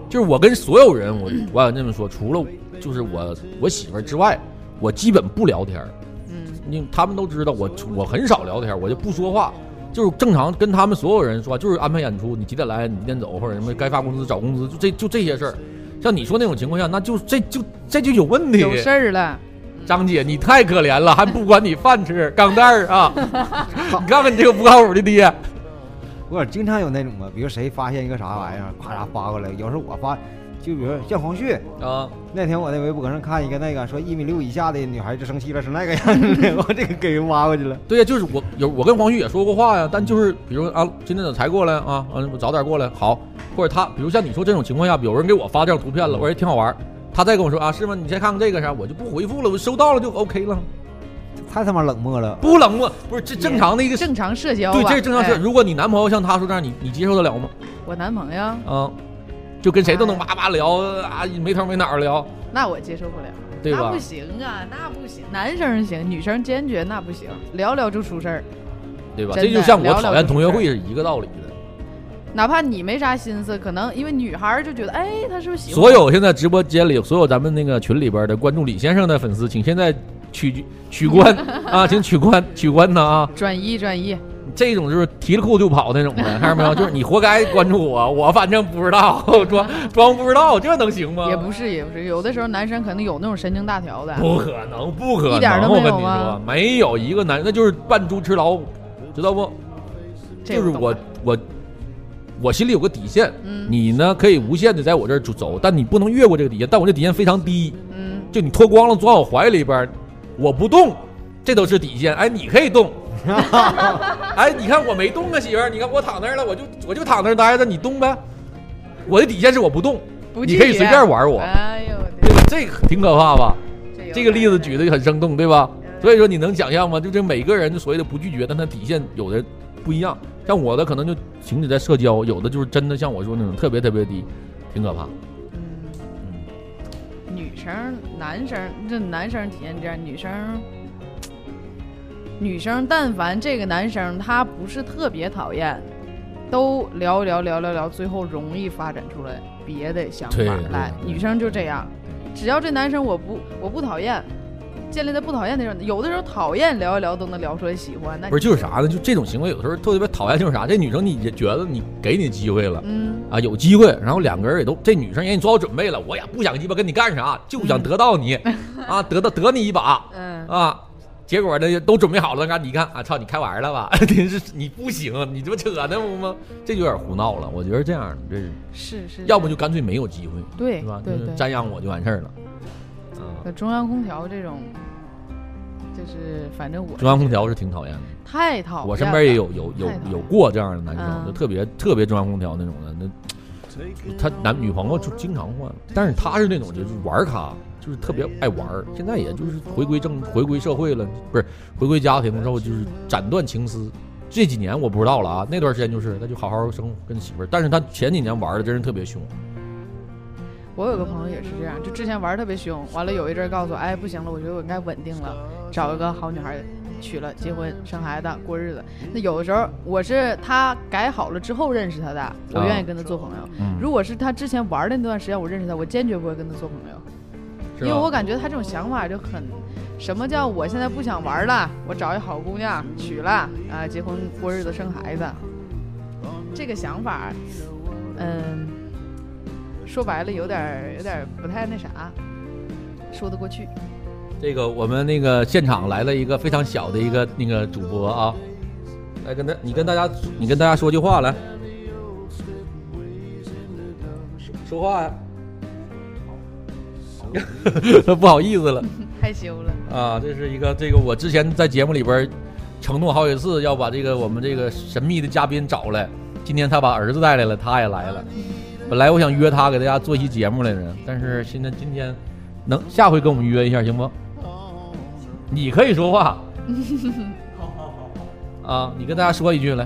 S2: 就是我跟所有人，我我想这么说，除了就是我我媳妇儿之外，我基本不聊天儿。
S4: 嗯
S2: 因为他们都知道我我很少聊天，我就不说话，就是正常跟他们所有人说，就是安排演出，你几点来，你几点走，或者什么该发工资找工资，就这就这些事儿。像你说那种情况下，那就这就这就有问题。
S4: 嗯有事儿了，
S2: 张姐，你太可怜了，还不管你饭吃，钢蛋儿啊！你看看你这个不靠谱的爹，
S3: 我经常有那种啊，比如谁发现一个啥玩意儿，咔嚓发过来，有时候我发，就比如像黄旭
S2: 啊，
S3: 那天我在微博上看一个那个说一米六以下的女孩就生气了，是那个样
S4: (laughs)
S3: 子，我这个给人挖过去了。
S2: 对呀，就是我有我跟黄旭也说过话呀，但就是比如啊，今天怎么才过来啊？啊，我早点过来好，或者他比如像你说这种情况下，有人给我发这张图片了，我说哎挺好玩儿，他再跟我说啊是吗？你再看看这个啥，我就不回复了，我收到了就 OK 了，
S3: 太他妈冷漠
S4: (laughs)
S3: 了，
S2: 不冷漠，不是这正常的一个
S4: 正常社交吧。
S2: 对，这是正常事。
S4: 嗯哎
S2: 如果你男朋友像他说这样，你你接受得了吗？
S4: 我男朋友，
S2: 啊，就跟谁都能哇哇聊啊，没头没脑儿聊，
S4: 那我接受不了，
S2: 对
S4: 那
S2: 吧
S4: 不？行啊，那不行。男生行，女生坚决那不行，聊聊就出事儿。
S2: 对吧？
S4: 真的
S2: 这就像我
S4: 聊聊
S2: 讨厌
S4: 就
S2: 同
S4: 是
S2: 学会是一个道理的。
S4: 哪怕你没啥心思，可能因为女孩儿就觉得，哎，他是不是喜欢
S2: 所有现在直播间里，所有咱们那个群里边的关注李先生的粉丝，请现在取取
S4: (laughs)
S2: 关啊，请取关取关他啊！
S4: 转移转移？
S2: 这种就是提了裤就跑那种的，看到
S4: (laughs)
S2: 没有？就是你活该关注我，我反正不知道， (laughs) 装装不知道，这能行吗？
S4: 也不是也不是，有的时候男生可能有那种神经大条的，
S2: 不可能，不可能！
S4: 一点儿都没
S2: 我跟
S4: 有啊
S2: 你
S4: 吗
S2: 说，没有一个男，那就是扮猪吃老虎，知道不？
S4: 这
S2: 就是
S4: 懂
S2: 我
S4: 了
S2: 我我心里有个底线，
S4: 嗯
S2: 你呢可以无限的在我这儿走，但你不能越过这个底线。但我这底线非常低，
S4: 嗯，
S2: 就你脱光了钻我怀里边儿，我不动，这都是底线。哎，你可以动。哎，你看我没动啊，媳妇儿，你看我躺那儿了，我就我就躺那儿待着，你动呗。我的底线是我不动，
S4: 不
S2: 你可以
S4: 介意
S2: 随便玩我，
S4: 哎呦我
S2: 对吧？这个挺可怕吧？
S4: 的，
S2: 这个例子举
S4: 的
S2: 得很生动，对吧？所以说你能想象吗？就这每个人就所谓的不拒绝，但他底线有的不一样。像我的可能就停止在社交，有的就是真的像我说那种特别特别低，挺可怕。
S4: 嗯
S2: 嗯
S4: 女生、男生，这男生体验这样，女生，女生，但凡这个男生他不是特别讨厌，都聊聊聊聊聊，最后容易发展出来别的想法
S2: 对
S4: 来。
S2: 对对
S4: 女生就这样，只要这男生我不我不讨厌，建立在不讨厌的时候，有的时候讨厌聊一聊都能聊出来喜欢，那
S2: 不是就是啥呢？就这种行为有时候特别讨厌，就是啥？这女生你也觉得你给你机会了
S4: 嗯，
S2: 啊，有机会，然后两个人也都这女生也给你做好准备了，我也不想鸡巴跟你干啥，就想得到
S4: (laughs)
S2: 你啊，得到得你一把，
S4: 嗯，
S2: 啊，结果呢都准备好了，那你看啊，操，你开玩儿了吧？ (laughs) 你是你不行，你这不扯呢不吗？这就有点胡闹了。我觉得这样的，这是
S4: 是是，
S2: 要不就干脆没有机会，
S4: 对
S2: 对吧？
S4: 对
S2: 就是
S4: 对，
S2: 瞻仰我就完事儿了。嗯，
S4: 可中央空调这种，就是反正我
S2: 中央空调是挺讨厌的，
S4: 太讨厌了。
S2: 我身边也有有有
S4: 太讨厌
S2: 有过这样的男生，
S4: 嗯
S2: 就特别特别中央空调那种的，那他男女朋友就经常换，但是他是那种就是玩儿咖。就是特别爱玩儿，现在也就是回归正回归社会了，不是回归家庭之后就是斩断情丝。这几年我不知道了啊，那段时间就是他就好好生活跟媳妇儿，但是他前几年玩的真是特别凶，
S4: 我有个朋友也是这样，就之前玩儿特别凶，完了有一阵儿告诉我，哎，不行了，我觉得我应该稳定了，找一个好女孩儿娶了，结婚生孩子过日子。那有的时候我是他改好了之后认识他的，我愿意跟他做朋友。
S2: 嗯，
S4: 如果是他之前玩儿的那段时间我认识他，我坚决不会跟他做朋友，
S2: 是
S4: 因为我
S2: 吧？
S4: 感觉他这种想法就很，什么叫我现在不想玩儿了，我找一好姑娘娶了啊、结婚过日子生孩子，这个想法，嗯，说白了有点儿有点儿不太那啥，说得过去。
S2: 这个我们那个现场来了一个非常小的一个那个主播啊，来跟他你跟大家你跟大家说句话来，说话呀、 (laughs) 他不好意思了。
S4: 害羞了，
S2: 啊，这是一个这个我之前在节目里边儿承诺好几次要把这个我们这个神秘的嘉宾找来，今天他把儿子带来了，他也来了。本来我想约他给大家做一期节目来着，但是现在今天能下回跟我们约一下行不？你可以说话。啊，你跟大家说一句来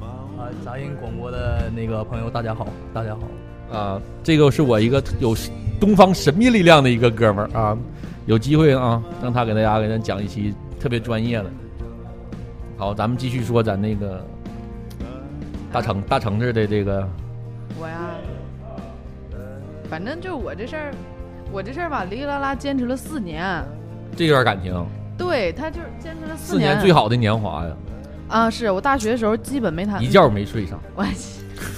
S5: 啊，杂音广播的那个朋友，大家好，大家好。
S2: 啊，这个是我一个有东方神秘力量的一个哥们儿啊，有机会啊，让他给大家给咱讲一期特别专业的。好，咱们继续说咱那个大城大城市的这个
S4: 我呀，反正就我这事儿，我这事儿吧，哩哩啦啦坚持了四年。
S2: 这段感情，
S4: 对他就是坚持了
S2: 四
S4: 年
S2: 年最好的年华呀，
S4: 啊！是我大学的时候基本没谈
S2: 一觉没睡上。
S4: 我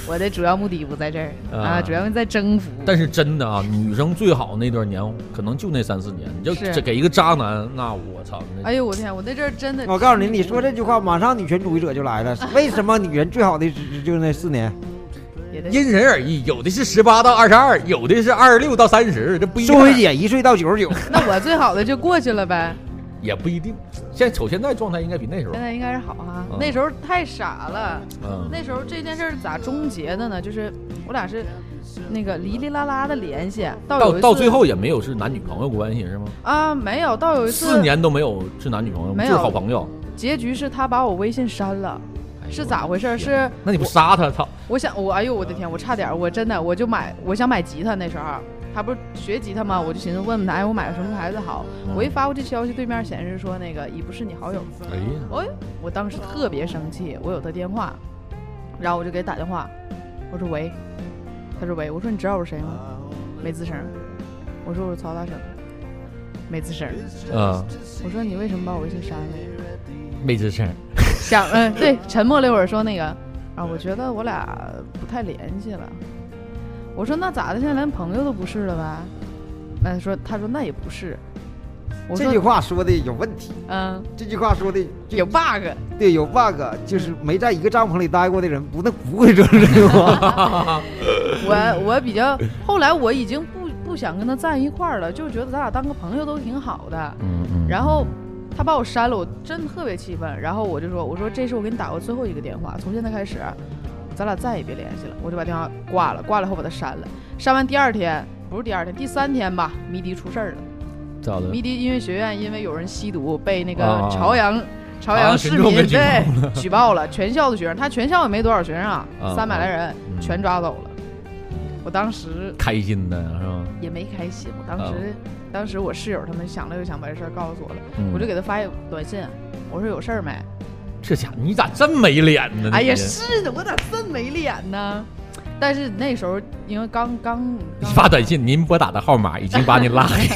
S4: 我的主要目的不在这儿
S2: 啊
S4: 啊，主要目的在征服。
S2: 但是真的啊，女生最好那段年，可能就那三四年，你就是这给一个渣男，那我操，那
S4: 哎呦我天，我那阵儿真的，
S3: 我告诉你，你说这句话，马上女权主义者就来了。为什么女人最好的只就是那四年？
S4: 也得
S2: 因人而异，有的是十八到二十二，有的是二十六到三十，这不一
S3: 苏菲
S2: 定，
S3: 姐一岁到九十九，
S4: 那我最好的就过去了呗。
S2: 也不一定。现在瞅现在状态应该比那时候
S4: 现，在应该是好哈
S2: 嗯，
S4: 那时候太傻了。
S2: 嗯，
S4: 那时候这件事儿咋终结的呢？就是我俩是那个哩哩啦啦的联系，到有一
S2: 到到
S4: 次
S2: 最后也没有是男女朋友关系是吗？
S4: 啊，没有，到有一次
S2: 四年都没有是男女朋友，
S4: 没
S2: 就
S4: 有
S2: 是好朋友，
S4: 结局是他把我微信删了，
S2: 哎呦
S4: 是咋？回事儿？是
S2: 那你不杀他？操！
S4: 我想我哎呦我的天，我差点儿我真的我就买我想买吉他那时候，他不是学吉他吗？我就寻思问问他，哎，我买个什么牌子好？
S2: 嗯
S4: 我一发过这消息，对面显示说那个已不是你好友。
S2: 哎呀，
S4: 哎，我当时特别生气，我有他电话，然后我就给他打电话，我说喂，他说喂，我说你知道我是谁吗？没吱声。我说我是曹大成，没吱声。
S2: 嗯，
S4: 我说你为什么把我微信删了？
S2: 没吱声。
S4: 想嗯、对，沉默了一会儿，说那个啊，我觉得我俩不太联系了。我说那咋的？现在连朋友都不是了呗？那他说他说那也不是。我
S3: 这句
S4: 说
S3: 话说的有问题。
S4: 嗯，
S3: 这句话说的
S4: 有 bug。
S3: 对，有 bug，就是没在一个帐篷里待过的人，不那不会说这句话。
S4: 我我比较，后来我已经不不想跟他站一块儿了，就觉得咱俩当个朋友都挺好的。
S2: 嗯嗯。
S4: 然后他把我删了，我真特别气愤。然后我就说，我说这是我给你打过最后一个电话，从现在开始，咱俩再也别联系了。我就把电话挂了，挂了后把他删了。删完第二天，不是第二天，第三天吧，迷笛出事儿了。
S2: 咋的？
S4: 迷笛音乐学院因为有人吸毒，被那个
S2: 啊
S4: 朝阳。朝
S2: 朝
S4: 阳
S2: 阳
S4: 市
S2: 群众
S4: 民
S2: 被举
S4: 对举报了全校的学生，他全校也没多少学生啊
S2: 啊，
S4: 三百来人
S2: 嗯
S4: 全抓走了。我当时
S2: 开心的是吧？
S4: 也没开心，我当
S2: 啊
S4: 时、当时我室友他们想了又想，把这事儿告诉我了，
S2: 嗯
S4: 我就给他发一短信，我说有事儿没？
S2: 这家伙你咋真没脸呢？
S4: 哎呀，
S2: 你
S4: 是的，我咋这么没脸呢？但是那时候因为刚刚
S2: 你
S4: 刚
S2: 发短信，您拨打的号码已经把你拉
S4: (laughs)
S2: 黑，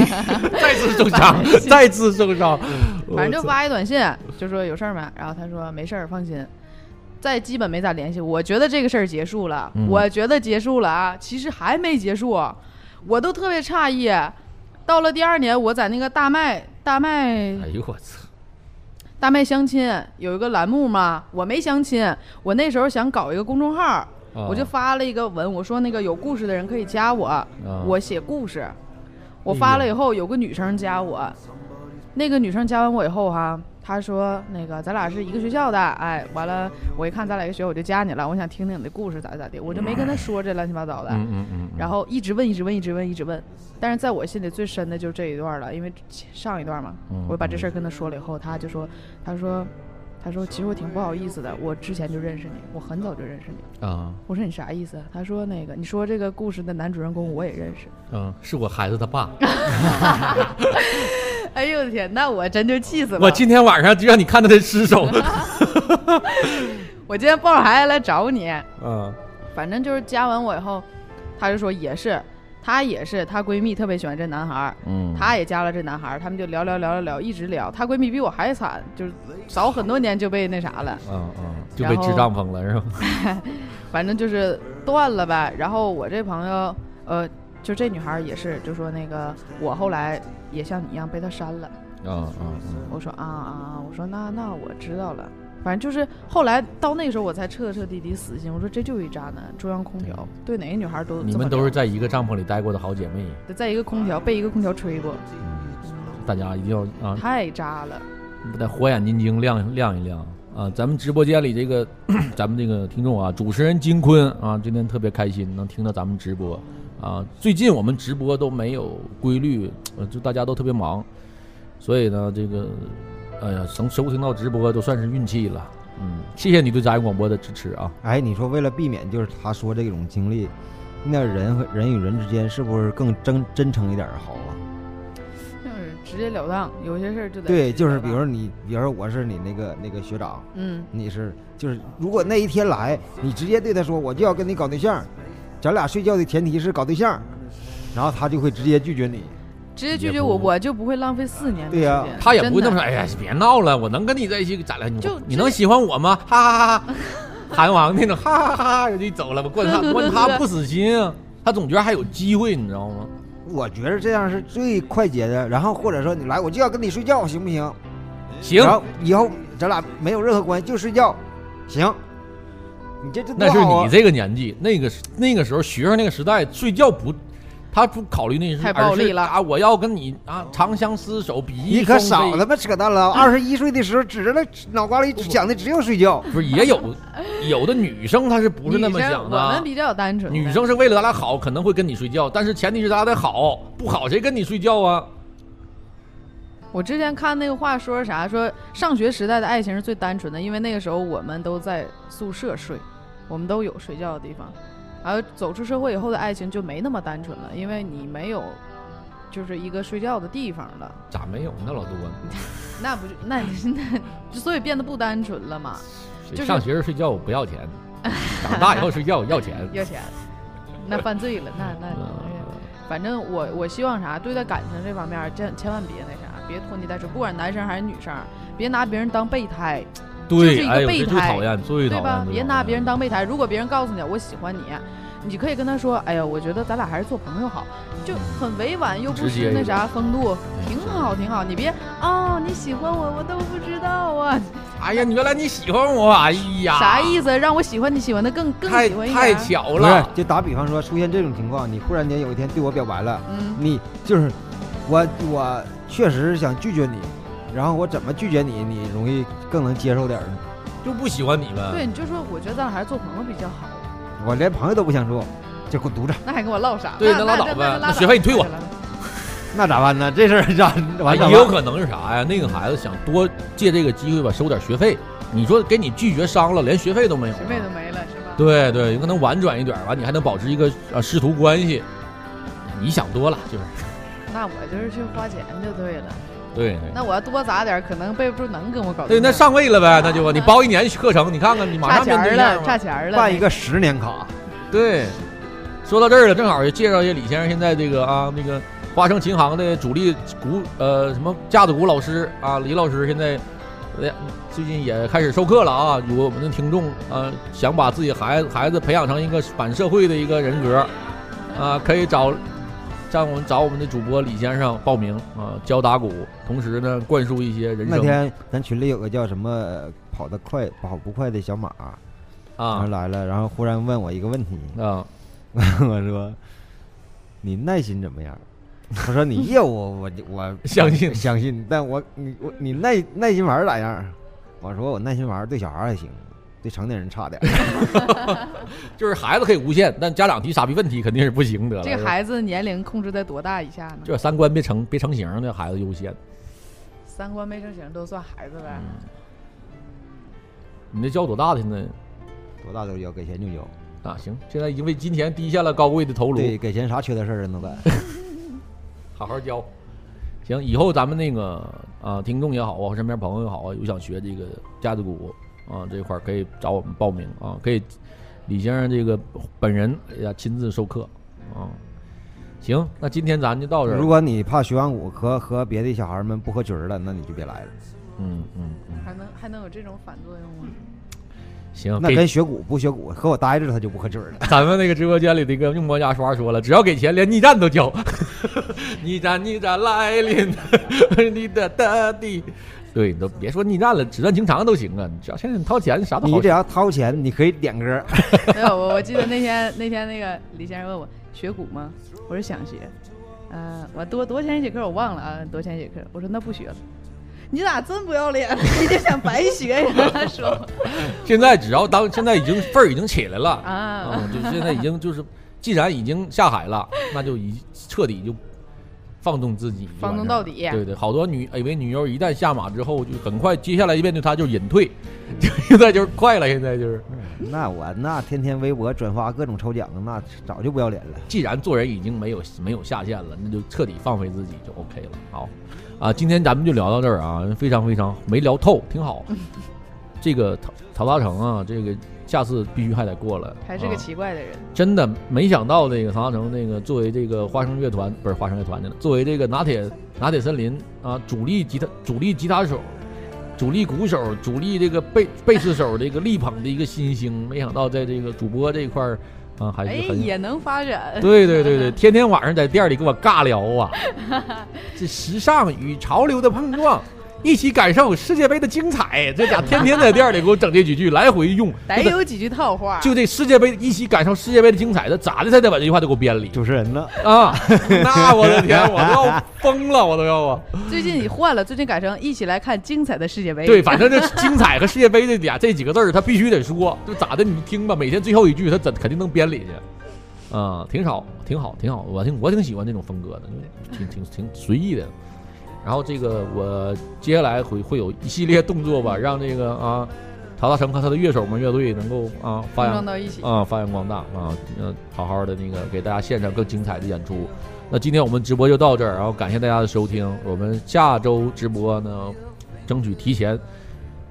S2: 再次受伤，再次受伤。
S4: 反正就发一短信，就说有事儿没，然后他说没事儿，放心。再基本没咋联系，我觉得这个事儿结束了，
S2: 嗯
S4: 我觉得结束了啊，其实还没结束，我都特别诧异。到了第二年，我在那个大麦大麦
S2: 哎呦我操！
S4: 大麦相亲有一个栏目嘛，我没相亲，我那时候想搞一个公众号，
S2: 啊
S4: 我就发了一个文，我说那个有故事的人可以加我，
S2: 啊
S4: 我写故事。
S2: 哎
S4: 我发了以后，有个女生加我，那个女生加完我以后哈、她说那个咱俩是一个学校的，哎，完了我一看咱俩一个学校，我就加你了，我想听听你的故事咋地咋地，我就没跟她说这乱七八糟的。
S2: 嗯嗯嗯，
S4: 然后一直问，一直问，一直问，一直问。但是在我心里最深的就是这一段了，因为上一段嘛，
S2: 嗯
S4: 我把这事儿跟他说了以后，他就说，他说，他说，其实我挺不好意思的，我之前就认识你，我很早就认识你。
S2: 啊
S4: 我说你啥意思？他说那个，你说这个故事的男主人公我也认识。
S2: 嗯，是我孩子他爸。
S4: 哎呦我的天，那我真就气死了。
S2: 我今天晚上就让你看到他尸首。
S4: (laughs) 我今天抱着孩子来找你，
S2: 嗯
S4: 反正就是加完我以后，他就说也是，她也是，她闺蜜特别喜欢这男孩儿，
S2: 嗯，
S4: 她也加了这男孩儿，他们就聊聊聊聊聊，一直聊。她闺蜜比我还惨，就是早很多年就被那啥了，
S2: 嗯嗯，就被支帐篷了是吧？
S4: 反正就是断了呗。然后我这朋友，呃，就这女孩儿也是，就说那个我后来也像你一样被他删了。
S2: 嗯嗯嗯，
S4: 我说啊啊，啊！我说那那我知道了。反正就是后来到那个时候，我才彻彻底底死心。我说这就是一渣男，中央空调，对哪个女孩儿都
S2: 你
S4: 这么
S2: 们都是
S4: 聊
S2: 在一个帐篷里待过的好姐妹，
S4: 在一个空调被一个空调吹过，
S2: 大家一定要啊，
S4: 太渣了。
S2: 得火眼金睛亮亮一亮啊！咱们直播间里这个，咱们这个听众啊，主持人金坤啊，今天特别开心能听到咱们直播啊。最近我们直播都没有规律，呃就大家都特别忙，所以呢，这个，哎呀，能收听到直播都算是运气了。嗯，谢谢你对杂音广播的支持啊。
S3: 哎，你说为了避免就是他说这种经历，那人和人与人之间是不是更真真诚一点儿好啊？
S4: 就是直截了当，有些事儿就得
S3: 对，
S4: 直截
S3: 就是
S4: 了
S3: 比如
S4: 当
S3: 说你，比如说我是你那个那个学长，
S4: 嗯，
S3: 你是就是如果那一天来，你直接对他说我就要跟你搞对象，咱俩睡觉的前提是搞对象，然后他就会直接拒绝你。
S4: 直接拒
S2: 也
S4: 绝我，
S2: 不
S4: 我就不会浪费四年的时
S3: 对呀
S4: 间。
S2: 他也不会那
S4: 真
S2: 么说，
S4: 的
S2: 哎呀，别闹了，我能跟你在一起咋了？你
S4: 就
S2: 你能喜欢我吗？哈哈哈哈，韩王那种哈哈哈哈，人就走了吧。关他
S4: 对对对
S2: 关他
S4: 对
S2: 不死心啊，他总觉得还有机会，你知道吗？
S3: 我觉得这样是最快捷的。然后或者说你来，我就要跟你睡觉，行不行？
S2: 行，
S3: 然后以后咱俩没有任何关系，就睡觉，行。你这这多
S2: 那是
S3: 好啊
S2: 你这个年纪，那个时那个时候学生那个时代，睡觉不，他不考虑那事，
S4: 太暴力了
S2: 而是啊！我要跟你啊，长相厮守，比翼
S3: 你可
S2: 双飞
S3: 少他妈扯淡了！二十一岁的时候，指着那脑瓜里想的只有睡觉。
S2: 不是也有有的女生她是不是那么
S4: 女生 (laughs)
S2: 想
S4: 我
S2: 的
S4: 们？比较单纯的，
S2: 女生是为了咱俩好，可能会跟你睡觉，但是前提是咱俩得好，不好谁跟你睡觉啊？
S4: 我之前看那个话说啥，说上学时代的爱情是最单纯的，因为那个时候我们都在宿舍睡，我们都有睡觉的地方。而走出社会以后的爱情就没那么单纯了，因为你没有，就是一个睡觉的地方了。
S2: 咋没有呢，老多呢？
S4: 那不就 (laughs) 那那，所以变得不单纯了嘛？
S2: 谁
S4: 就是
S2: 上学时睡觉不要
S4: (laughs)
S2: 钱，长大以后睡觉要钱。嗯
S4: 要钱，那犯罪了，那那那。反正我我希望啥，对待感情这方面儿，千千万别那啥，别拖泥带水，不管男生还是女生，别拿别人当备胎，就是
S2: 对，
S4: 一个
S2: 哎呦，
S4: 备
S2: 这最
S4: 胎
S2: 讨厌，最讨
S4: 对
S2: 厌
S4: 吧
S2: 最讨？厌。
S4: 别拿别人当备胎。如果别人告诉你我喜欢你，你可以跟他说，哎呀，我觉得咱俩还是做朋友好，就很委婉又不
S2: 嗯直接
S4: 失
S2: 一
S4: 那
S2: 点
S4: 啥风度，
S2: 对
S4: 挺好挺好。你别啊，你喜欢我，我都不知道啊，
S2: 哎呀，你原来你喜欢我，哎呀，
S4: 啥意思？让我喜欢你喜欢的更更
S2: 太
S4: 喜欢一
S2: 太
S4: 点儿。
S2: 巧
S3: 不是
S2: 了，，
S3: 就打比方说，出现这种情况，你忽然间有一天对我表白了，
S4: 嗯，
S3: 你就是我，我确实想拒绝你，然后我怎么拒绝你，你容易更能接受点儿呢？
S2: 就不喜欢你们。
S4: 对，你就说我觉得咱俩还是做朋友比较好，
S3: 我连朋友都不想做，就给我犊子，
S4: 那还跟我唠啥？
S2: 对
S4: 那
S2: 那
S4: 那
S2: 拉倒
S4: 那
S2: 呗
S4: 那就拉
S2: 那学费你退我
S4: 那就拉倒
S3: 那咋办呢？这事儿咋
S2: 啊，
S3: (laughs) 完咋
S2: 也有
S3: 办？
S2: 可能是啥呀？那个孩子想多借这个机会吧，收点学费。你说给你拒绝伤了，连学费都没有了。
S4: 学费都没了是吧？
S2: 对对，有可能婉转一点儿，完你还能保持一个呃师徒关系。你想多了，就是
S4: 那我就是去花钱就对了。
S2: 对
S4: 那我要多砸点儿，可能备不住能跟我搞
S2: 对，
S4: 象
S2: 那上位了呗，那就啊你包一年课程，你看看你马
S4: 嗯啊
S2: 上
S4: 差钱
S2: 变
S4: 儿
S2: 对
S4: 了，
S2: 象
S4: 差
S2: 了。
S4: 钱儿了。
S3: 办一个十年卡，
S2: 对，说到这儿了，正好也介绍一下李先生现在这个啊那个花生琴行的主力鼓呃什么架子鼓老师啊李老师现在。呃最近也开始授课了啊！有我们的听众啊、呃想把自己孩子孩子培养成一个反社会的一个人格，啊、可以找让我们找我们的主播李先生报名啊、教打鼓，同时呢灌输一些人
S3: 那
S2: 生
S3: 天咱群里有个叫什么呃跑得快跑不快的小马，然后
S2: 啊
S3: 来了，然后忽然问我一个问题，
S2: 啊
S3: 我说你耐心怎么样？他说你业务我我
S2: (laughs) 相信
S3: 相信，但我你我你耐耐心玩儿咋样？我说我耐心玩儿对小孩儿还行，对成年人差点儿。 (laughs)
S2: 就是孩子可以无限，但家长提傻逼问题肯定是不行得了。
S4: 这个孩子年龄控制在多大以下呢？
S2: 这三观别成别成型儿，那孩子优先。
S4: 三观没成型都算孩子呗？
S2: 你这教多大的现在？
S3: 多大都交，给钱就交。
S2: 啊，行，现在已经为金钱低下了高贵的头颅
S3: 对，，给钱啥缺德事儿人都干。
S2: 好好教。行，以后咱们那个啊，听众也好啊，身边朋友也好啊，有想学这个架子鼓啊这块儿可以找我们报名啊，可以李先生这个本人也亲自授课啊。行，那今天咱就到这
S3: 如
S2: 儿。
S3: 果你怕学完鼓和和别的小孩儿们不合群儿了，那你就别来了。
S2: 嗯嗯嗯，
S4: 还能还能有这种反作用吗？
S2: 行，
S3: 那
S2: 给
S3: 跟学鼓不学鼓，和我待着他就不合群儿了。
S2: (laughs) 咱们那个直播间里那个用魔牙刷说了，只要给钱，连逆战都教。 (laughs) 逆战，逆战来临， (laughs) 你的大地。对，你都别说逆战了，纸短情长都行啊。你只要现在你掏钱，啥都
S3: 你
S2: 好
S3: 只。要掏钱，你可以点歌儿。 (laughs)
S4: 没有，我我记得那天那天那个李先生问我学鼓吗？我说想学。嗯、我多多少钱一节课我忘了啊，多少钱一节课？我说那不学了。你咋真不要脸？啊你就想白学呀？ (laughs) 他说
S2: 现在只要当现在已经份儿已经起来了，
S4: 啊，
S2: 嗯，就现在已经就是，既然已经下海了，那就一彻底就放纵自己，就
S4: 放
S2: 完
S4: 纵
S2: 事儿
S4: 到底
S2: 了对对，好多女以为女优一旦下马之后，就很快接下来一面对她就是隐退，就现在就是快了，现在就是。
S3: 那我那天天微博转发各种抽奖，那早就不要脸了。
S2: 既然做人已经没有没有下限了，那就彻底放飞自己就 OK 了。好，啊，今天咱们就聊到这儿啊，非常非常没聊透，挺
S4: (laughs)
S2: 好。这个陶陶大成啊，这个下次必须还得过来，
S4: 还是个
S2: 啊
S4: 奇怪的人，
S2: 真的没想到这个唐大成那个作为这个花生乐团不是花生乐团去了，作为这个拿铁拿铁森林啊主力吉他主力吉他手、主力鼓手、主力这个贝贝斯手这个力捧的一个新星，没想到在这个主播这一块儿啊还
S4: 哎，
S2: 是很。
S4: 也能发
S2: (laughs)
S4: 展。
S2: 对对对对，天天晚上在店里跟我尬聊 (laughs) 啊，这时尚与潮流的碰撞，一起感受世界杯的精彩。这家天天在店里给我整这几句，来回用，啊
S4: (laughs) 得
S2: 就这
S4: 有几句套话，
S2: 就这世界杯，一起感受世界杯的精彩的，咋的？他得把这句话都给我编里
S3: 主持人了，
S2: 啊！那我的天，我都要疯了，我都要啊！
S4: 最近你换了，最近改成一起来看精彩的世界杯。
S2: 对，反正这精彩和世界杯这俩这几个字儿，他必须得说，就咋的？你听吧，每天最后一句，他怎肯定能编里去。啊、挺好，挺好，挺好，我挺我挺喜欢这种风格的，就挺挺挺随意的。然后这个我接下来会会有一系列动作吧，让这个啊陶大成和他的乐手们乐队能够啊发
S4: 碰
S2: 扬
S4: 撞到一起，
S2: 啊、发扬光大啊，嗯，好好的那个给大家献上更精彩的演出。那今天我们直播就到这儿，然后感谢大家的收听。我们下周直播呢，争取提前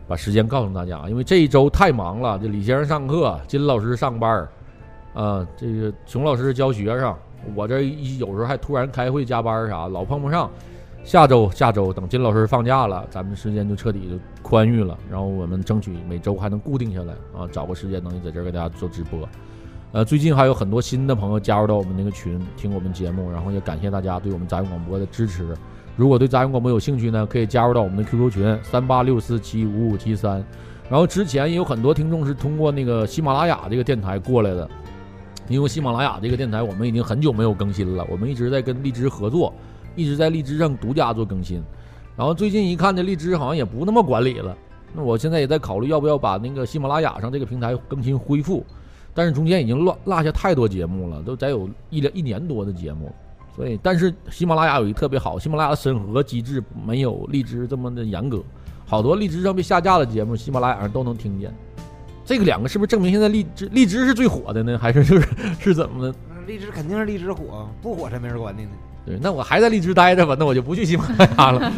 S2: 把时间告诉大家，因为这一周太忙了。这李先生上课，金老师上班儿，啊、这个熊老师教学生，我这一有时候还突然开会加班儿啥，老碰不上。下周下周等金老师放假了，咱们时间就彻底就宽裕了，然后我们争取每周还能固定下来啊，找个时间能在这儿给大家做直播。呃，最近还有很多新的朋友加入到我们那个群，听我们节目，然后也感谢大家对我们杂音广播的支持。如果对杂音广播有兴趣呢，可以加入到我们的 QQ 群三八六四七五五七三。然后之前也有很多听众是通过那个喜马拉雅这个电台过来的，因为喜马拉雅这个电台我们已经很久没有更新了，我们一直在跟荔枝合作，一直在荔枝上独家做更新。然后最近一看，这荔枝好像也不那么管理了。那我现在也在考虑要不要把那个喜马拉雅上这个平台更新恢复，但是中间已经落落下太多节目了，都得有一两一年多的节目。所以，但是喜马拉雅有一个特别好，喜马拉雅的审核机制没有荔枝这么的严格，好多荔枝上被下架的节目，喜马拉雅上都能听见。这个两个是不是证明现在荔枝荔枝是最火的呢？还是就是 (laughs) 是怎么的？
S3: 嗯荔枝肯定是荔枝火，不火才没人管你呢。
S2: 对，那我还在荔枝待着吧，那我就不去喜马拉雅了。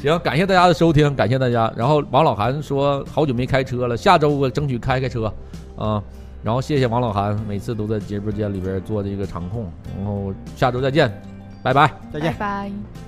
S2: 行，感谢大家的收听，感谢大家。然后王老韩说好久没开车了，下周我争取开开车啊、然后谢谢王老韩，每次都在直播间里边做这个场控。然后下周再见，拜拜。
S3: 再见
S4: 哎拜。拜。